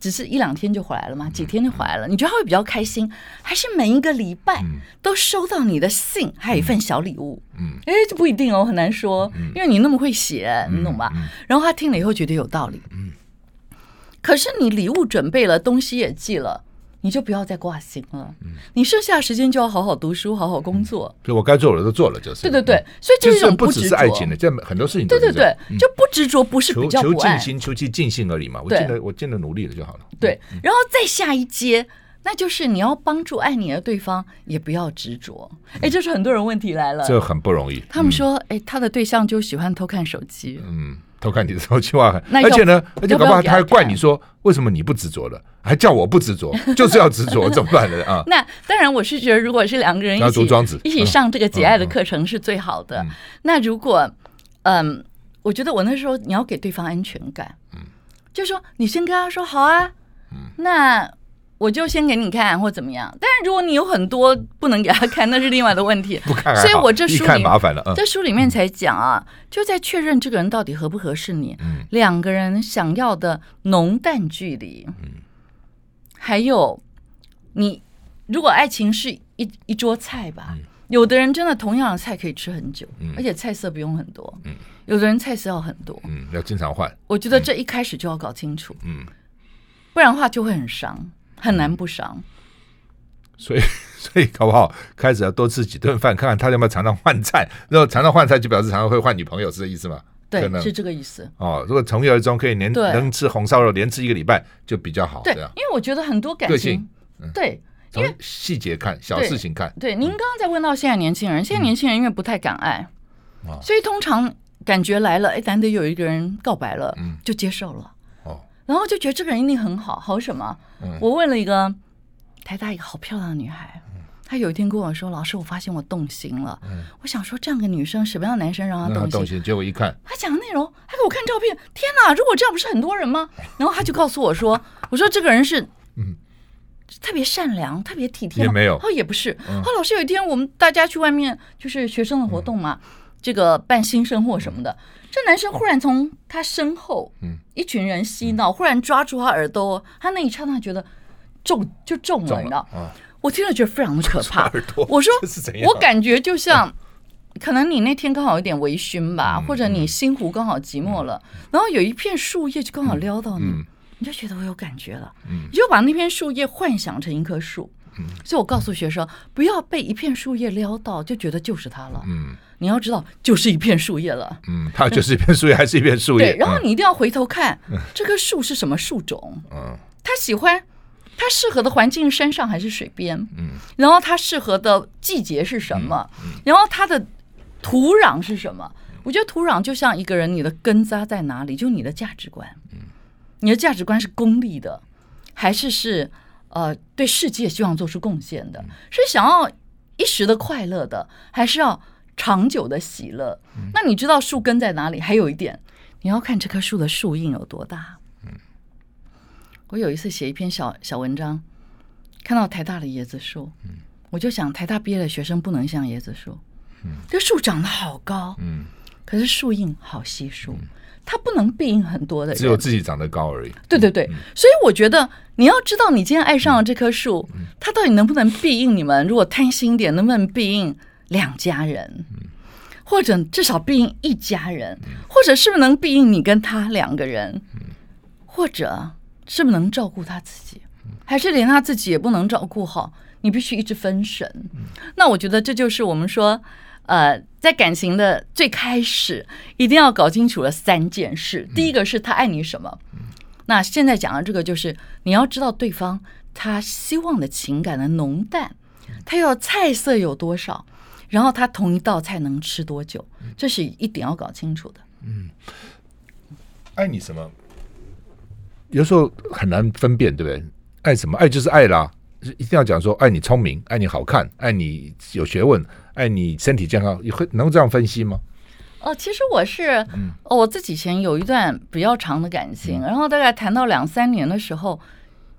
Speaker 2: 只是一两天就回来了吗？几天就回来了？你觉得他会比较开心，还是每一个礼拜都收到你的信，还有一份小礼物？
Speaker 1: 嗯，
Speaker 2: 哎，这不一定哦，很难说，因为你那么会写，
Speaker 1: 嗯
Speaker 2: 你懂吧？然后他听了以后觉得有道理，嗯，可是你礼物准备了，东西也寄了。你就不要再挂心了，
Speaker 1: 嗯
Speaker 2: 你剩下的时间就要好好读书，好好工作。
Speaker 1: 所以我该做的都做了，嗯就是。
Speaker 2: 对对对，，所以
Speaker 1: 嗯就
Speaker 2: 这
Speaker 1: 是
Speaker 2: 一
Speaker 1: 是
Speaker 2: 种
Speaker 1: 不
Speaker 2: 执
Speaker 1: 只是
Speaker 2: 着
Speaker 1: 爱情的，这很多事情都
Speaker 2: 对
Speaker 1: 是
Speaker 2: 对
Speaker 1: 这样
Speaker 2: 对，就不执着不是比
Speaker 1: 嗯求
Speaker 2: 较
Speaker 1: 求
Speaker 2: 不
Speaker 1: 尽
Speaker 2: 爱，
Speaker 1: 心，求其尽兴而已嘛。我
Speaker 2: 对
Speaker 1: 尽了，我尽了努力了就好了。
Speaker 2: 对，然后再下一阶。那就是你要帮助爱你的对方，也不要执着。哎，这是很多人问题来了。
Speaker 1: 这很不容易。
Speaker 2: 他们说，哎，他的对象就喜欢偷看手机。
Speaker 1: 嗯，偷看你的时候去挖很，
Speaker 2: 那
Speaker 1: 而
Speaker 2: 要
Speaker 1: 且呢，而且
Speaker 2: 要
Speaker 1: 搞
Speaker 2: 不要
Speaker 1: 不好
Speaker 2: 给
Speaker 1: 他还
Speaker 2: 他
Speaker 1: 怪
Speaker 2: 看
Speaker 1: 你说为什么你不执着了，还叫我不执 着，就是要执着，怎么办呢？啊，
Speaker 2: 那当然，我是觉得，如果是两个人
Speaker 1: 要
Speaker 2: 一
Speaker 1: 读
Speaker 2: 起
Speaker 1: 庄子
Speaker 2: 一起
Speaker 1: 嗯
Speaker 2: 上这个解爱
Speaker 1: 嗯
Speaker 2: 的
Speaker 1: 嗯
Speaker 2: 课程是最好的。
Speaker 1: 嗯
Speaker 2: 那如果，嗯，我觉得我那时候你要给对方安全感，
Speaker 1: 嗯
Speaker 2: 就说你先跟他说好啊，那我就先给你看或怎么样。但是如果你有很多不能给他看，那是另外的问题。
Speaker 1: 不看还好，
Speaker 2: 所以我这
Speaker 1: 一
Speaker 2: 书
Speaker 1: 看
Speaker 2: 里
Speaker 1: 麻烦了啊。
Speaker 2: 在书里面才讲啊，就在确认这个人到底合不合适你，
Speaker 1: 嗯
Speaker 2: 两个人想要的浓淡距离，
Speaker 1: 嗯
Speaker 2: 还有你如果爱情是一一桌菜吧，
Speaker 1: 嗯
Speaker 2: 有的人真的同样的菜可以吃很久，而且菜色不用很多，有的人菜色要很多，
Speaker 1: 嗯，要经常换。
Speaker 2: 我觉得这一开始就要搞清楚，
Speaker 1: 嗯，
Speaker 2: 不然的话就会很伤，很难不伤。
Speaker 1: 所以 所以搞不好开始要多吃几顿饭，看看他有没有常常换菜。然后常常换菜，就表示常常会换女朋友，是这意思吗？可
Speaker 2: 对，
Speaker 1: 能
Speaker 2: 是这个意思。
Speaker 1: 哦，如果从一而终，可以连
Speaker 2: 对
Speaker 1: 能吃红烧肉连吃一个礼拜就比较好。
Speaker 2: 对，
Speaker 1: 这样
Speaker 2: 因为我觉得很多感
Speaker 1: 个
Speaker 2: 情
Speaker 1: 性，嗯
Speaker 2: 对，
Speaker 1: 从
Speaker 2: 因为
Speaker 1: 细节看，小
Speaker 2: 对
Speaker 1: 事情看，
Speaker 2: 对，您刚刚在问到现在年轻人，现在年轻人因为不太敢爱，
Speaker 1: 哦
Speaker 2: 所以通常感觉来了，哎，难得有一个人告白了，
Speaker 1: 嗯
Speaker 2: 就接受了，
Speaker 1: 哦，
Speaker 2: 然后就觉得这个人一定很好，好什么？
Speaker 1: 嗯
Speaker 2: 我问了一个台大一个好漂亮的女孩，她有一天跟我说：“老师，我发现我动心了。我想说，这样个女生，什么样的男生让她
Speaker 1: 那他
Speaker 2: 动
Speaker 1: 动
Speaker 2: 心？
Speaker 1: 心，结果一看，
Speaker 2: 她讲的内容，还给我看照片，天哪！如果这样不是很多人吗？然后她就告诉我说：“我说这个人是，
Speaker 1: 嗯
Speaker 2: 特别善良，特别体贴
Speaker 1: 也
Speaker 2: 吗
Speaker 1: 没有嗯
Speaker 2: 哦，也不是。哦，老师有一天我们大家去外面就是学生的活动嘛，这个办新生或什么的，这男生忽然从他身后，
Speaker 1: 嗯，
Speaker 2: 一群人嬉闹，忽然抓住他耳朵，他那一刹那觉得中就中了，
Speaker 1: 中
Speaker 2: 你
Speaker 1: 了
Speaker 2: 知道？
Speaker 1: 啊，
Speaker 2: 我听了觉得非常的可怕，
Speaker 1: 耳朵，
Speaker 2: 我说
Speaker 1: 这是怎样？
Speaker 2: 我感觉就
Speaker 1: 嗯
Speaker 2: 像，可能你那天刚好有点微醺吧，或者
Speaker 1: 嗯
Speaker 2: 你心湖刚好寂寞了，然后有一片树叶就刚好撩到你，
Speaker 1: 嗯
Speaker 2: 你就觉得我有感觉了，
Speaker 1: 嗯
Speaker 2: 你就把那片树叶幻想成一棵树。所以我告诉学生，不要被一片树叶撩到，就觉得就是它了。
Speaker 1: 嗯
Speaker 2: 你要知道，就是一片树叶了。
Speaker 1: 嗯，它就是一片树叶，还是一片树叶。
Speaker 2: 对，然后
Speaker 1: 嗯
Speaker 2: 你一定要回头看，这棵树是什么树种？
Speaker 1: 嗯
Speaker 2: 他喜欢它适合的环境是山上还是水边？
Speaker 1: 嗯，
Speaker 2: 然后它适合的季节是什么？然后它的土壤是什么？我觉得土壤就像一个人，你的根扎在哪里，就你的价值观。
Speaker 1: 嗯
Speaker 2: 你的价值观是功利的，还是是呃对世界希望做出贡献
Speaker 1: 嗯
Speaker 2: 的？是想要一时的快乐的，还是要长久的喜乐？
Speaker 1: 嗯
Speaker 2: 那你知道树根在哪里？还有一点，你要看这棵树的树荫有多大。
Speaker 1: 嗯
Speaker 2: 我有一次写一篇小小文章，看到台大的椰子树，
Speaker 1: 嗯
Speaker 2: 我就想台大毕业的学生不能像椰子树，这树长得好高，
Speaker 1: 嗯，
Speaker 2: 可是树荫好稀疏，它不能庇应很多的人，
Speaker 1: 嗯只有自己长得高而已。
Speaker 2: 对对对，所以我觉得你要知道，你今天爱上了这棵树，它到底能不能庇应你们？如果贪心一点，能不能庇应两家人？或者至少庇应一家人？或者是不是能庇应你跟他两个人？或者是不是能照顾他自己？还是连他自己也不能照顾好？你必须一直分神。那我觉得这就是我们说，呃，在感情的最开始，一定要搞清楚了三件事。第一个是他爱你什么。那现在讲的这个就是你要知道对方他希望的情感的浓淡，他要菜色有多少，然后他同一道菜能吃多久，这是一点要搞清楚的。
Speaker 1: 爱你什么？有时候很难分辨，对不对？爱什么？爱就是爱啦，是一定要讲说爱你聪明，爱你好看，爱你有学问，爱你身体健康，你会能这样分析吗？
Speaker 2: 哦，其实我是、
Speaker 1: 嗯
Speaker 2: 哦我自己以前有一段比较长的感情，然后大概谈到两三年的时候，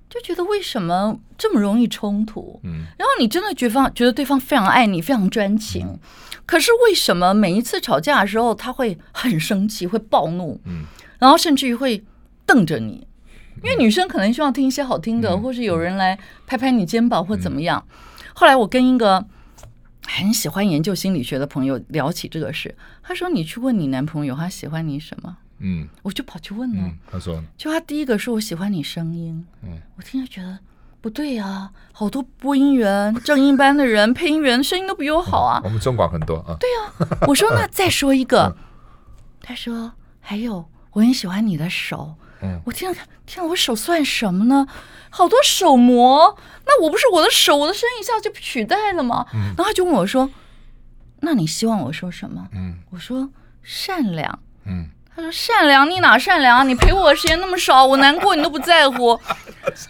Speaker 2: 就觉得为什么这么容易冲突？
Speaker 1: 嗯，
Speaker 2: 然后你真的觉方觉得对方非常爱你，非常专情，
Speaker 1: 嗯
Speaker 2: 可是为什么每一次吵架的时候他会很生气，会暴怒？
Speaker 1: 嗯，
Speaker 2: 然后甚至于会瞪着你，因为女生可能希望听一些好听的，
Speaker 1: 嗯
Speaker 2: 或是有人来拍拍你肩膀或怎么样。后来我跟一个很喜欢研究心理学的朋友聊起这个事，他说：“你去问你男朋友他喜欢你什么
Speaker 1: 嗯？”
Speaker 2: 我就跑去问了，
Speaker 1: 嗯，他说
Speaker 2: 就他第一个说：“我喜欢你声音。”
Speaker 1: 嗯，
Speaker 2: 我听着觉得。不对啊，好多播音员、 正音班的人、配音员声音都比我好啊
Speaker 1: 我！们中广很多啊，对，
Speaker 2: 我说那再说一个，他说还有我很喜欢你的手，
Speaker 1: 嗯
Speaker 2: 我听了看，天啊，我手算什么呢？好多手模，那我不是我的手，我的声音一下就被取代了吗？然后他就问我说，那你希望我说什么？
Speaker 1: 嗯
Speaker 2: 我说善良。
Speaker 1: 嗯，
Speaker 2: 他说善良，你哪善良啊？你陪我的时间那么少，我难过你都不在乎。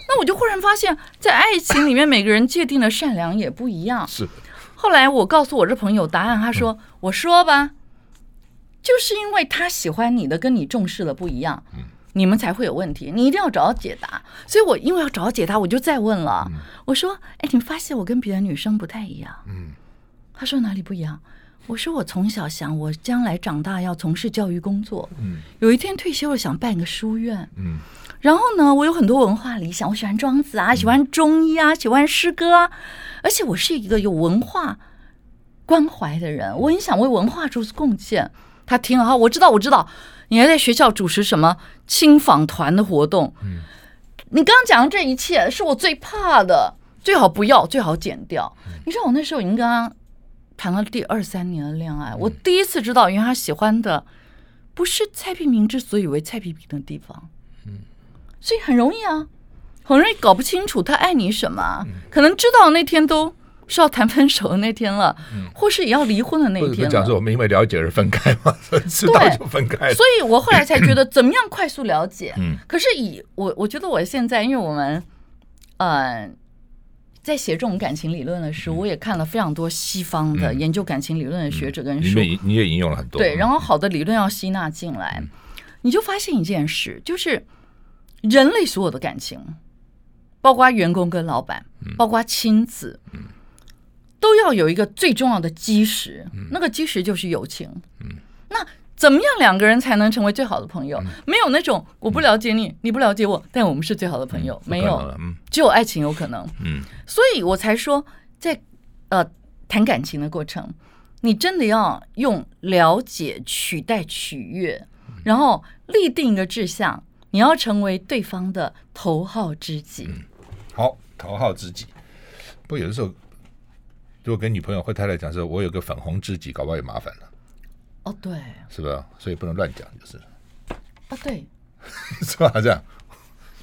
Speaker 2: 那我就忽然发现，在爱情里面，每个人界定的善良也不一样。
Speaker 1: 是，
Speaker 2: 后来我告诉我这朋友答案，他说：“我说吧，就是因为他喜欢你的跟你重视的不一样，你们才会有问题。你一定要找到解答。所以我因为要找到解答，我就再问了。我说：‘哎，你发现我跟别的女生不太一样？’
Speaker 1: 嗯，
Speaker 2: 他说哪里不一样？我说我从小想，我将来长大要从事教育工作。
Speaker 1: 嗯
Speaker 2: 有一天退休了，想办个书院。
Speaker 1: 嗯
Speaker 2: 然后呢，我有很多文化理想，我喜欢庄子啊，喜欢中医啊，喜欢诗歌啊，而且我是一个有文化关怀的人，我很想为文化做出贡献。他听了哈，啊我知道，我知道，你还在学校主持什么青访团的活动，
Speaker 1: 嗯，
Speaker 2: 你刚刚讲的这一切是我最怕的，嗯最好不要，最好剪掉。你知道我那时候已经跟他谈了第二三年的恋爱，我第一次知道，原来他喜欢的不是蔡碧明之所以为蔡碧明的地方。所以很容易啊，很容易搞不清楚他爱你什么啊，可能知道那天都是要谈分手的那天了，或嗯是也要离婚的那
Speaker 1: 不是
Speaker 2: 一
Speaker 1: 不是
Speaker 2: 天
Speaker 1: 讲
Speaker 2: 了。
Speaker 1: 说我们因为了解而分开嘛， 所以知道
Speaker 2: 对
Speaker 1: 就分开了
Speaker 2: 所，以我后来才觉得 怎么样快速了解。
Speaker 1: 哎嗯
Speaker 2: 可是以我，我觉得我现在，因为我们，呃，在写这种感情理论的书，我也看了非常多西方的
Speaker 1: 嗯
Speaker 2: 研究感情理论的学者跟
Speaker 1: 你
Speaker 2: 书，
Speaker 1: 们也你也引用了很多，嗯
Speaker 2: 对，然
Speaker 1: 后
Speaker 2: 后好的理论要吸纳进来，你就发现一件事，就是人类所有的感情，包括员工跟老板，
Speaker 1: 嗯
Speaker 2: 包括亲子，都要有一个最重要的基石，
Speaker 1: 嗯
Speaker 2: 那个基石就是友情。那怎么样两个人才能成为最好的朋友？
Speaker 1: 嗯
Speaker 2: 没有那种我不了解你，你不了解我，但我们是最好的朋友，没有，
Speaker 1: 嗯
Speaker 2: 只有爱情有可能。
Speaker 1: 嗯
Speaker 2: 所以我才说，在呃谈感情的过程，你真的要用了解取代取悦，
Speaker 1: 嗯
Speaker 2: 然后立定一个志向，你要成为对方的头号知己。
Speaker 1: 嗯好，头号知己。不过有的时候，如果跟女朋友或太太讲说，我有个粉红知己，搞不好也麻烦了，
Speaker 2: 哦，对，
Speaker 1: 是不是？所以不能乱讲，就是了
Speaker 2: 哦对，
Speaker 1: 是吧？这样，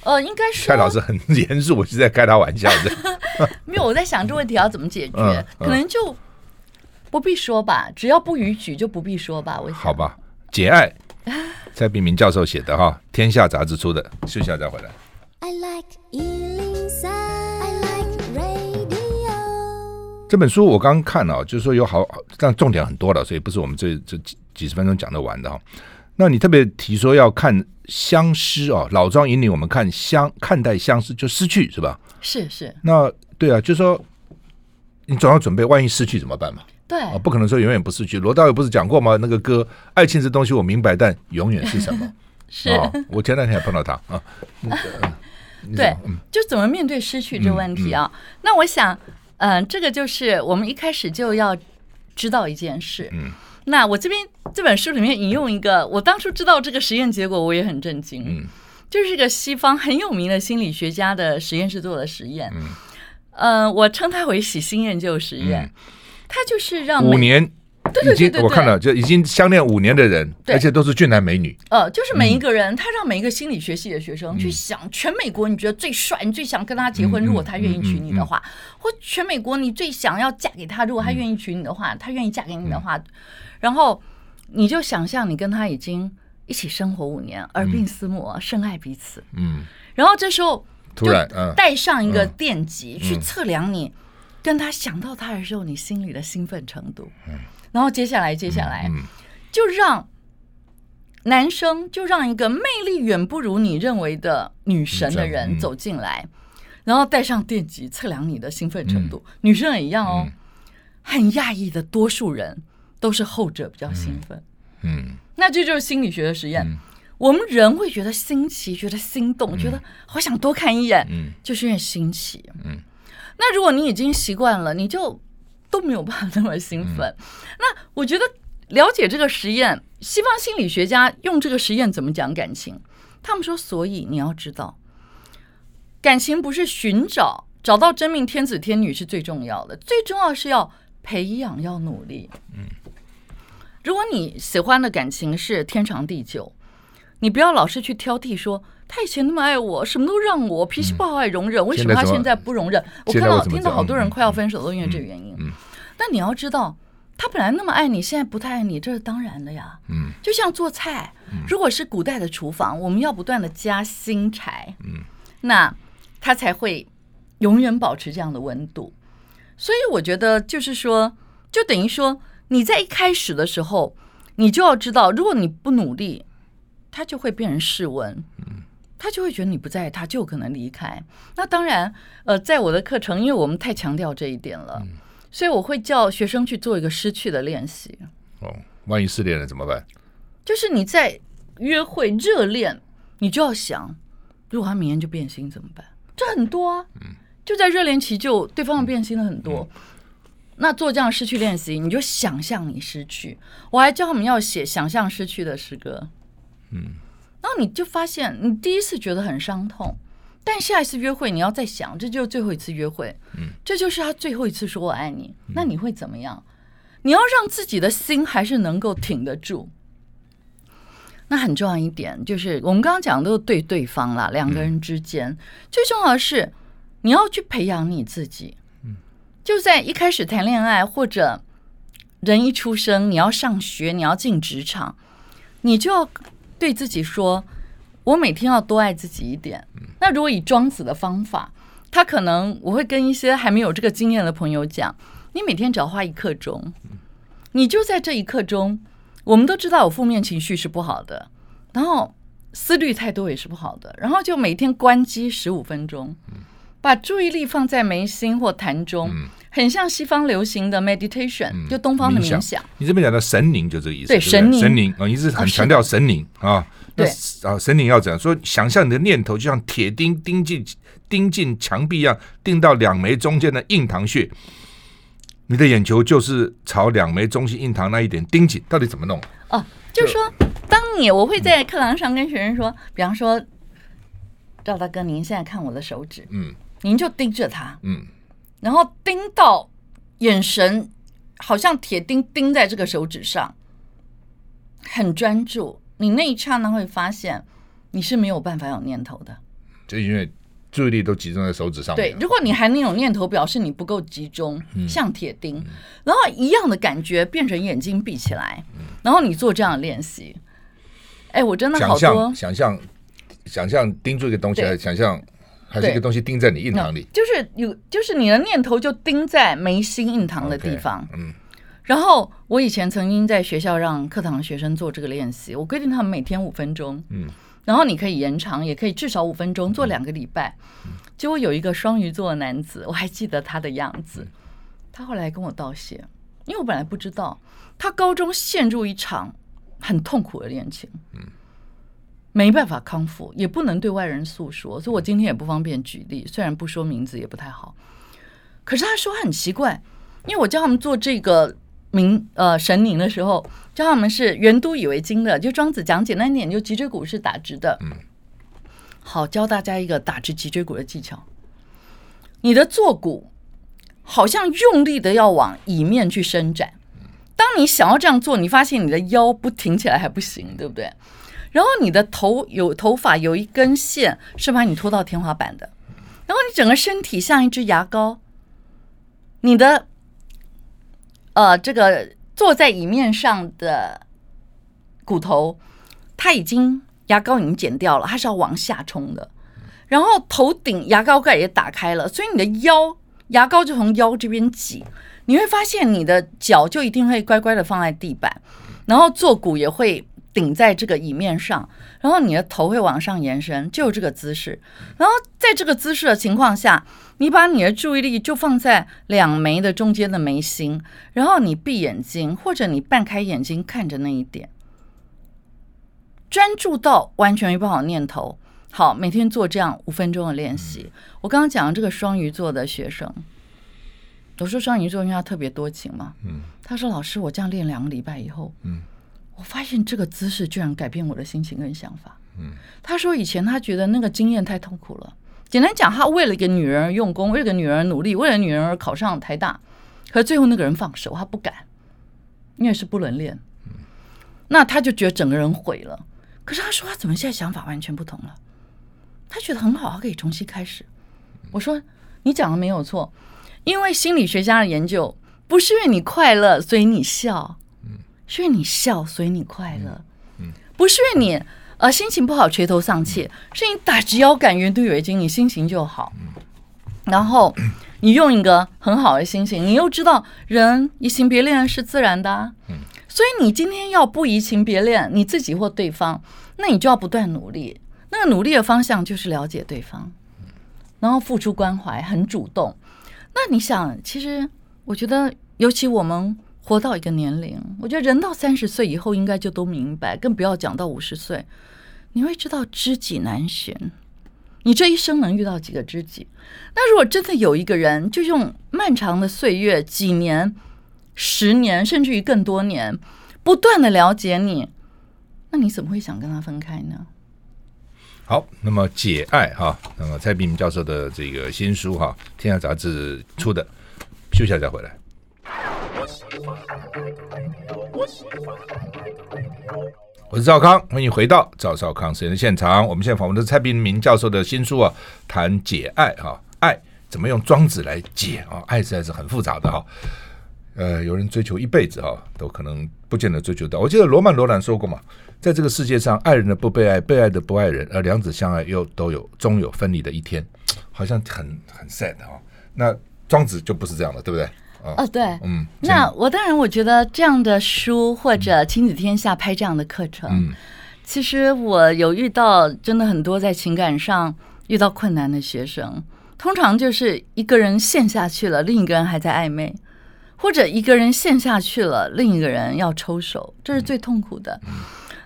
Speaker 2: 呃，应该说
Speaker 1: 蔡老师很严肃，我是在开他玩笑的。
Speaker 2: 没有，我在想这个问题要怎么解决，
Speaker 1: 嗯嗯
Speaker 2: 可能就不必说吧，只要不逾矩就不必说吧。我想
Speaker 1: 好，吧，节爱，蔡炳明教授写的哈，《天下》杂志出的，休息一下再回来。
Speaker 3: I like Ealing Sound. I like radio.
Speaker 1: 这本书我刚看了、就是说有好，但重点很多了，所以不是我们这这几几十分钟讲得完的哈、那你特别提说要看相思哦，老庄引领我们看相看待相思，就失去是吧？
Speaker 2: 是是，
Speaker 1: 那对啊，就说你总要准备，万一失去怎么办嘛？
Speaker 2: 对，
Speaker 1: 啊，不可能说永远不失去。罗大佑不是讲过吗？那个歌“爱情这东西我明白，但永远是什么？”
Speaker 2: 是、
Speaker 1: 啊，我前两天也碰到他 啊。那个呃你
Speaker 2: 对
Speaker 1: 怎么嗯，
Speaker 2: 就怎么面对失去这问题啊？那我想，嗯、这个就是我们一开始就要知道一件事。
Speaker 1: 嗯，
Speaker 2: 那我这边这本书里面引用一个，我当初知道这个实验结果，我也很震惊。
Speaker 1: 嗯，
Speaker 2: 就是一个西方很有名的心理学家的实验室做的实验。嗯，呃，我称它为喜新厌旧实验。它就是让
Speaker 1: 嗯五
Speaker 2: 每
Speaker 1: 年
Speaker 2: 啊对
Speaker 1: 已经
Speaker 2: 对对
Speaker 1: 我看了，就已经相恋五年的人，
Speaker 2: 对
Speaker 1: 而且都是俊男美女，
Speaker 2: 呃，就是每一
Speaker 1: 嗯
Speaker 2: 个人，他让每一个心理学系的学生去想，全美国你觉得最帅，你最想跟他结婚，
Speaker 1: 嗯
Speaker 2: 如果
Speaker 1: 嗯
Speaker 2: 他愿意
Speaker 1: 嗯
Speaker 2: 娶
Speaker 1: 嗯
Speaker 2: 你的
Speaker 1: 嗯
Speaker 2: 话，或全美国你最想要嫁给他，如果他愿意娶你的话，他愿意嫁给你的
Speaker 1: 嗯
Speaker 2: 话，然后你就想象你跟他已经一起生活五年，耳鬓厮磨，深爱彼此，
Speaker 1: 嗯，
Speaker 2: 然后这时候
Speaker 1: 突然嗯
Speaker 2: 带上一个
Speaker 1: 嗯
Speaker 2: 电极去测量你跟他想到他的时候，你心里的兴奋程度，然后接下来接下来，
Speaker 1: 嗯，
Speaker 2: 就让男生就让一个魅力远不如你认为的女神的
Speaker 1: 女神
Speaker 2: 人
Speaker 1: 嗯
Speaker 2: 走进来，然后带上电极测量你的兴奋程
Speaker 1: 嗯
Speaker 2: 度，女生也一样哦。很讶异的，多数人都是后者比较兴奋。
Speaker 1: 嗯，
Speaker 2: 那这就是心理学的实验。我们人会觉得新奇，觉得心动，觉得好想多看一眼，
Speaker 1: 嗯
Speaker 2: 就是因为新奇。哦
Speaker 1: 嗯，
Speaker 2: 那如果你已经习惯了，你就都没有办法那么兴奋。
Speaker 1: 嗯
Speaker 2: 那我觉得了解这个实验，西方心理学家用这个实验怎么讲感情？他们说，所以你要知道，感情不是寻找找到真命天子天女是最重要的，最重要是要培养，要努力。如果你喜欢的感情是天长地久，你不要老是去挑剔说他以前那么爱我，什么都让我，脾气不好还容忍，为什么他
Speaker 1: 嗯现在怎么
Speaker 2: 现在不容忍？我
Speaker 1: 现
Speaker 2: 看
Speaker 1: 在
Speaker 2: 到
Speaker 1: 我怎么
Speaker 2: 听到
Speaker 1: 讲
Speaker 2: 好多人
Speaker 1: 嗯
Speaker 2: 快要分手都因为这个原因。
Speaker 1: 嗯
Speaker 2: 但你要知道，他本来那么爱你，现在不太爱你，这是当然的呀。
Speaker 1: 嗯，
Speaker 2: 就像做菜，如果是古代的厨房，我们要不断的加新柴，
Speaker 1: 嗯，
Speaker 2: 那它才会永远保持这样的温度。所以我觉得就是说，就等于说你在一开始的时候，你就要知道，如果你不努力，它就会变成室温。他就会觉得你不在，他就有可能离开。那当然，呃，在我的课程，因为我们太强调这一点了，所以我会叫学生去做一个失去的练习，
Speaker 1: 哦，万一失恋了怎么办？
Speaker 2: 就是你在约会热恋，你就要想，如果他明天就变心怎么办？这很多啊，就在热恋期就对方变心了很多。那做这样失去练习，你就想象你失去。我还教他们要写想象失去的诗歌，嗯，然后你就发现，你第一次觉得很伤痛，但下一次约会你要再想，这就是最后一次约会，嗯，这就是他最后一次说我爱你，那你会怎么样？你要让自己的心还是能够挺得住，那很重要一点就是，我们刚刚讲的都是对对方啦，两个人之间、最重要的是你要去培养你自己。就在一开始谈恋爱或者人一出生，你要上学，你要进职场，你就要对自己说：我每天要多爱自己一点。那如果以庄子的方法，他可能我会跟一些还没有这个经验的朋友讲：你每天只要花一刻钟，你就在这一刻钟。我们都知道有负面情绪是不好的，然后思虑太多也是不好的，然后就每天关机十五分钟，把注意力放在眉心或潭中，很像西方流行的 meditation，、就东方的冥想。
Speaker 1: 嗯你这边讲的神灵就这个意思，
Speaker 2: 对
Speaker 1: 不
Speaker 2: 神灵
Speaker 1: 神灵啊，你一直很
Speaker 2: 啊是
Speaker 1: 强调神灵啊。那
Speaker 2: 对
Speaker 1: 啊，神灵要怎样？说想象你的念头就像铁钉钉进钉进墙壁一样，钉到两眉中间的印堂穴。你的眼球就是朝两眉中心印堂那一点盯紧，到底怎么弄？
Speaker 2: 哦，就是说，当你我会在课堂上跟学生说，比方说，赵大哥，您现在看我的手指，
Speaker 1: 嗯
Speaker 2: 您就盯着它，
Speaker 1: 嗯
Speaker 2: 然后盯到眼神好像铁钉钉在这个手指上，很专注。你那一刹那会发现，你是没有办法有念头的，
Speaker 1: 就因为注意力都集中在手指上面嗯
Speaker 2: 对
Speaker 1: 了。，
Speaker 2: 如果你还那种念头，表示你不够集中，像铁钉。然后一样的感觉变成眼睛闭起来，
Speaker 1: 嗯
Speaker 2: 然后你做这样的练习。哎，我真的
Speaker 1: 想
Speaker 2: 好多
Speaker 1: 象，想象，想象盯住一个东西，
Speaker 2: 对
Speaker 1: 还想象还是
Speaker 2: 对
Speaker 1: 一个东西盯在你印堂里。
Speaker 2: 就是有，就是你的念头就盯在眉心印堂的地
Speaker 1: OK，
Speaker 2: 方。
Speaker 1: 嗯，
Speaker 2: 然后我以前曾经在学校让课堂学生做这个练习，我规定他们每天五分钟，
Speaker 1: 嗯，
Speaker 2: 然后你可以延长，也可以至少五分钟，做两个礼拜。结果有一个双鱼座的男子，我还记得他的样子，他后来跟我道谢，因为我本来不知道，他高中陷入一场很痛苦的恋情，嗯，没办法康复，也不能对外人诉说，所以我今天也不方便举例，虽然不说名字也不太好。可是他说很奇怪，因为我叫他们做这个冥呃神灵的时候，教他们是圆都以为经的，就庄子讲简单一点，就脊椎骨是打直的。嗯，好，教大家一个打直脊椎骨的技巧。你的坐骨好像用力的要往椅面去伸展，当你想要这样做，你发现你的腰不挺起来还不行，对不对？然后你的头有头发有一根线是把你拖到天花板的，然后你整个身体像一支牙膏，你的呃，这个坐在椅面上的骨头，它已经牙膏已经剪掉了，它是要往下冲的。然后头顶牙膏盖也打开了，所以你的腰牙膏就从腰这边挤，你会发现你的脚就一定会乖乖的放在地板，然后坐骨也会顶在这个椅面上，然后你的头会往上延伸，就是这个姿势。然后在这个姿势的情况下，你把你的注意力就放在两眉的中间的眉心，然后你闭眼睛或者你半开眼睛看着那一点，专注到完全没办法念头。好，每天做这样五分钟的练习。我刚刚讲的这个双鱼座的学生，我说双鱼座因为他特别多情嘛，
Speaker 1: 嗯，
Speaker 2: 他说老师，我这样练两个礼拜以后，
Speaker 1: 嗯，
Speaker 2: 我发现这个姿势居然改变我的心情跟想法。
Speaker 1: 嗯，
Speaker 2: 他说以前他觉得那个经验太痛苦了，简单讲，他为了一个女人而用功，为了一个女人而努力，为了女人而考上台大，可是最后那个人放手，他不敢，因为是不伦恋，
Speaker 1: 嗯
Speaker 2: 那他就觉得整个人毁了。可是他说他怎么现在想法完全不同了？他觉得很好，他可以重新开始。我说你讲的没有错，因为心理学家的研究，不是因为你快乐所以你笑，是因为你笑所以你快乐，不是因为你呃心情不好垂头丧气，是你打直腰杆圆肚围巾，你心情就好，然后你用一个很好的心情，你又知道人移情别恋是自然的、啊，所以你今天要不移情别恋，你自己或对方，那你就要不断努力。那个努力的方向就是了解对方，然后付出关怀，很主动。那你想，其实我觉得，尤其我们活到一个年龄，我觉得人到三十岁以后应该就都明白，更不要讲到五十岁，你会知道知己难寻。你这一生能遇到几个知己？那如果真的有一个人，就用漫长的岁月、几年、十年，甚至于更多年，不断的了解你，那你怎么会想跟他分开呢？
Speaker 1: 好，那么《解爱》哈，那么蔡炳明教授的这个新书哈，《天下杂志》出的，休息一下再回来。我是赵康，欢迎回到赵少康实验的现场。我们现在访问的是蔡炳明教授的新书啊，谈解爱哈、爱怎么用庄子来解啊？爱实在是很复杂的哈、呃，有人追求一辈子哈、都可能不见得追求到。我记得罗曼·罗兰说过嘛，在这个世界上，爱人的不被爱，被爱的不爱人，而两者相爱又都有终有分离的一天，好像很很 sad 哈、那庄子就不是这样的，对不对？啊、
Speaker 2: 哦，对，
Speaker 1: 嗯，
Speaker 2: 那我当然我觉得这样的书或者亲子天下拍这样的课程，
Speaker 1: 嗯
Speaker 2: 其实我有遇到真的很多在情感上遇到困难的学生，通常就是一个人陷下去了，另一个人还在暧昧，或者一个人陷下去了，另一个人要抽手，这
Speaker 1: 嗯
Speaker 2: 是最痛苦的。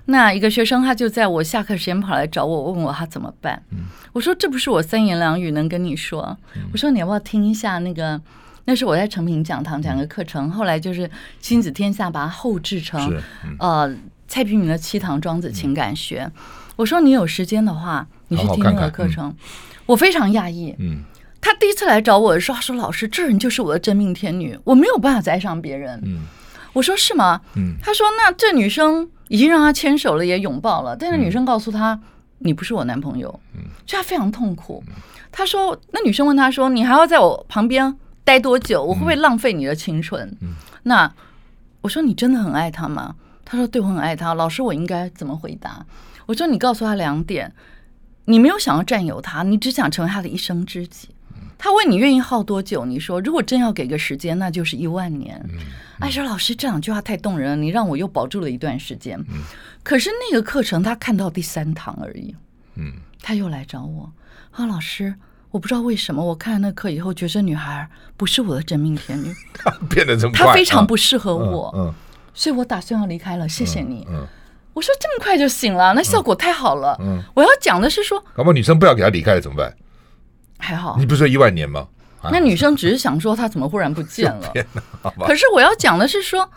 Speaker 2: 那一个学生他就在我下课时间跑来找我，问我他怎么办。
Speaker 1: 嗯
Speaker 2: 我说这不是我三言两语能跟你说。我说你要不要听一下那个？那是我在成品讲堂讲个课程，后来就是亲子天下把它后制成
Speaker 1: 嗯是嗯
Speaker 2: 呃蔡平明的《七堂庄子情感学》我说你有时间的话，你去
Speaker 1: 好好
Speaker 2: 听
Speaker 1: 看
Speaker 2: 那个
Speaker 1: 看
Speaker 2: 课
Speaker 1: 嗯
Speaker 2: 程。我非常讶异，
Speaker 1: 嗯
Speaker 2: 他第一次来找我的时候，他说：“老师，这人就是我的真命天女，我没有办法再爱上别人。
Speaker 1: 嗯
Speaker 2: 我说：“是吗？”
Speaker 1: 嗯
Speaker 2: 他说：“那这女生已经让他牵手了，也拥抱了，但是女生告诉他、你不是我男朋友，所以他非常痛苦。他说，那女生问他说，你还要在我旁边待多久？我会不会浪费你的青春？那我说你真的很爱他吗？他说对我很爱他。老师，我应该怎么回答？我说你告诉他两点，你没有想要占有他，你只想成为他的一生知己。他问你愿意耗多久，你说如果真要给个时间，那就是一万年。
Speaker 1: 嗯
Speaker 2: 艾哎说老师这两句话太动人了，你让我又保住了一段时间。
Speaker 1: 嗯
Speaker 2: 可是那个课程他看到第三堂而已，
Speaker 1: 嗯，
Speaker 2: 他又来找我，啊老师，我不知道为什么我看了那课以后，觉得这女孩不是我的真命天女，
Speaker 1: 变得这么快，
Speaker 2: 她非常不
Speaker 1: 嗯
Speaker 2: 适合我，
Speaker 1: 嗯，
Speaker 2: 所以我打算要离开了。谢谢你，
Speaker 1: 嗯嗯
Speaker 2: 我说这么快就醒了，那效果太好了。
Speaker 1: 嗯嗯
Speaker 2: 我要讲的是说
Speaker 1: 搞不好女生不要给他离开了怎么办？
Speaker 2: 还好
Speaker 1: 你，不是说一万年吗？啊
Speaker 2: 那女生只是想说她怎么忽然不见 了。
Speaker 1: 好吧
Speaker 2: 可是我要讲的是说，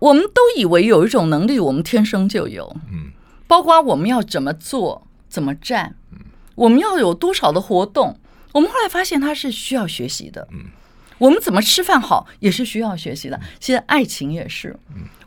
Speaker 2: 我们都以为有一种能力，我们天生就有，
Speaker 1: 嗯，
Speaker 2: 包括我们要怎么做、怎么站，
Speaker 1: 嗯
Speaker 2: 我们要有多少的活动，我们后来发现它是需要学习的，嗯，我们怎么吃饭好也是需要学习
Speaker 1: 嗯
Speaker 2: 的，其实爱情也是，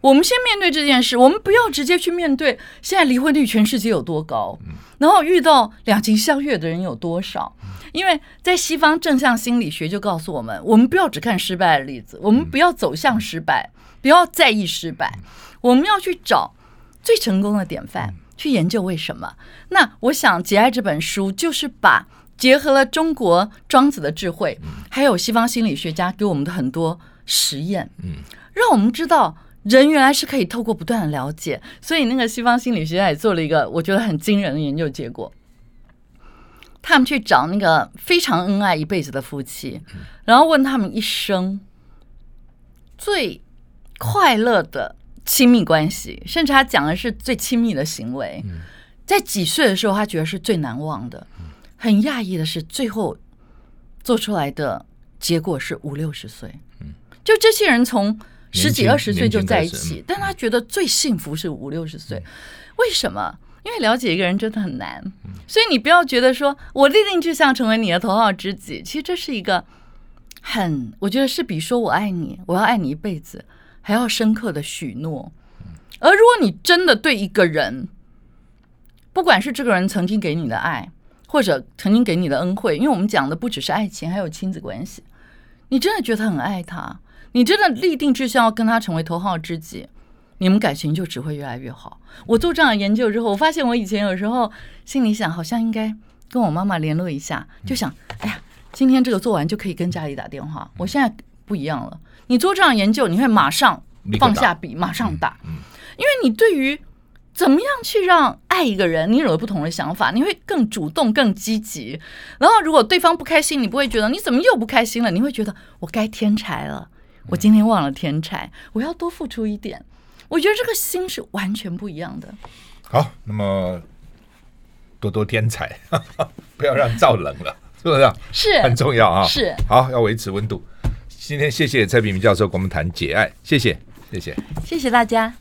Speaker 2: 我们先面对这件事，我们不要直接去面对现在离婚率全世界有多高，
Speaker 1: 嗯
Speaker 2: 然后遇到两情相悦的人有多少？因为在西方正向心理学就告诉我们，我们不要只看失败的例子，我们不要走向失败，不要在意失败，我们要去找最成功的典范，去研究为什么。那我想《节爱》这本书就是把结合了中国庄子的智慧，还有西方心理学家给我们的很多实验，让我们知道人原来是可以透过不断的了解，所以那个西方心理学家也做了一个我觉得很惊人的研究结果。他们去找那个非常恩爱一辈子的夫妻，然后问他们一生最快乐的亲密关系，甚至他讲的是最亲密的行为，在几岁的时候他觉得是最难忘的。很讶异的是，最后做出来的结果是五六十岁。就这些人从十几
Speaker 1: 年轻
Speaker 2: 二十岁就在一
Speaker 1: 年轻开始
Speaker 2: 起
Speaker 1: 嗯，
Speaker 2: 但他觉得最幸福是五六十岁。为什么？因为了解一个人真的很难，
Speaker 1: 嗯
Speaker 2: 所以你不要觉得说我立定志向成为你的头号知己，其实这是一个很，我觉得是比说我爱你，我要爱你一辈子还要深刻的许诺。
Speaker 1: 嗯
Speaker 2: 而如果你真的对一个人，不管是这个人曾经给你的爱，或者曾经给你的恩惠，因为我们讲的不只是爱情，还有亲子关系。你真的觉得很爱他，你真的立定志向要跟他成为头号知己，你们感情就只会越来越好。我做这样的研究之后，我发现我以前有时候心里想，好像应该跟我妈妈联络一下，
Speaker 1: 嗯
Speaker 2: 就想，哎呀，今天这个做完就可以跟家里打电话。我现在不一样了，你做这样的研究，你会马上
Speaker 1: 立刻打嗯
Speaker 2: 放下笔，马上打，因为你对于怎么样去让爱一个人，你有了不同的想法，你会更主动、更积极。然后，如果对方不开心，你不会觉得你怎么又不开心了，你会觉得我该添柴了，我今天忘了添柴，我要多付出一点。我觉得这个心是完全不一样的。
Speaker 1: 好，那么多多添彩， 不要让燥冷了，是不是？
Speaker 2: 是
Speaker 1: 很重要啊。
Speaker 2: 是
Speaker 1: 好，要维持温度。今天谢谢蔡炳明教授给我们谈节爱，谢谢，谢谢。
Speaker 2: 谢谢大家。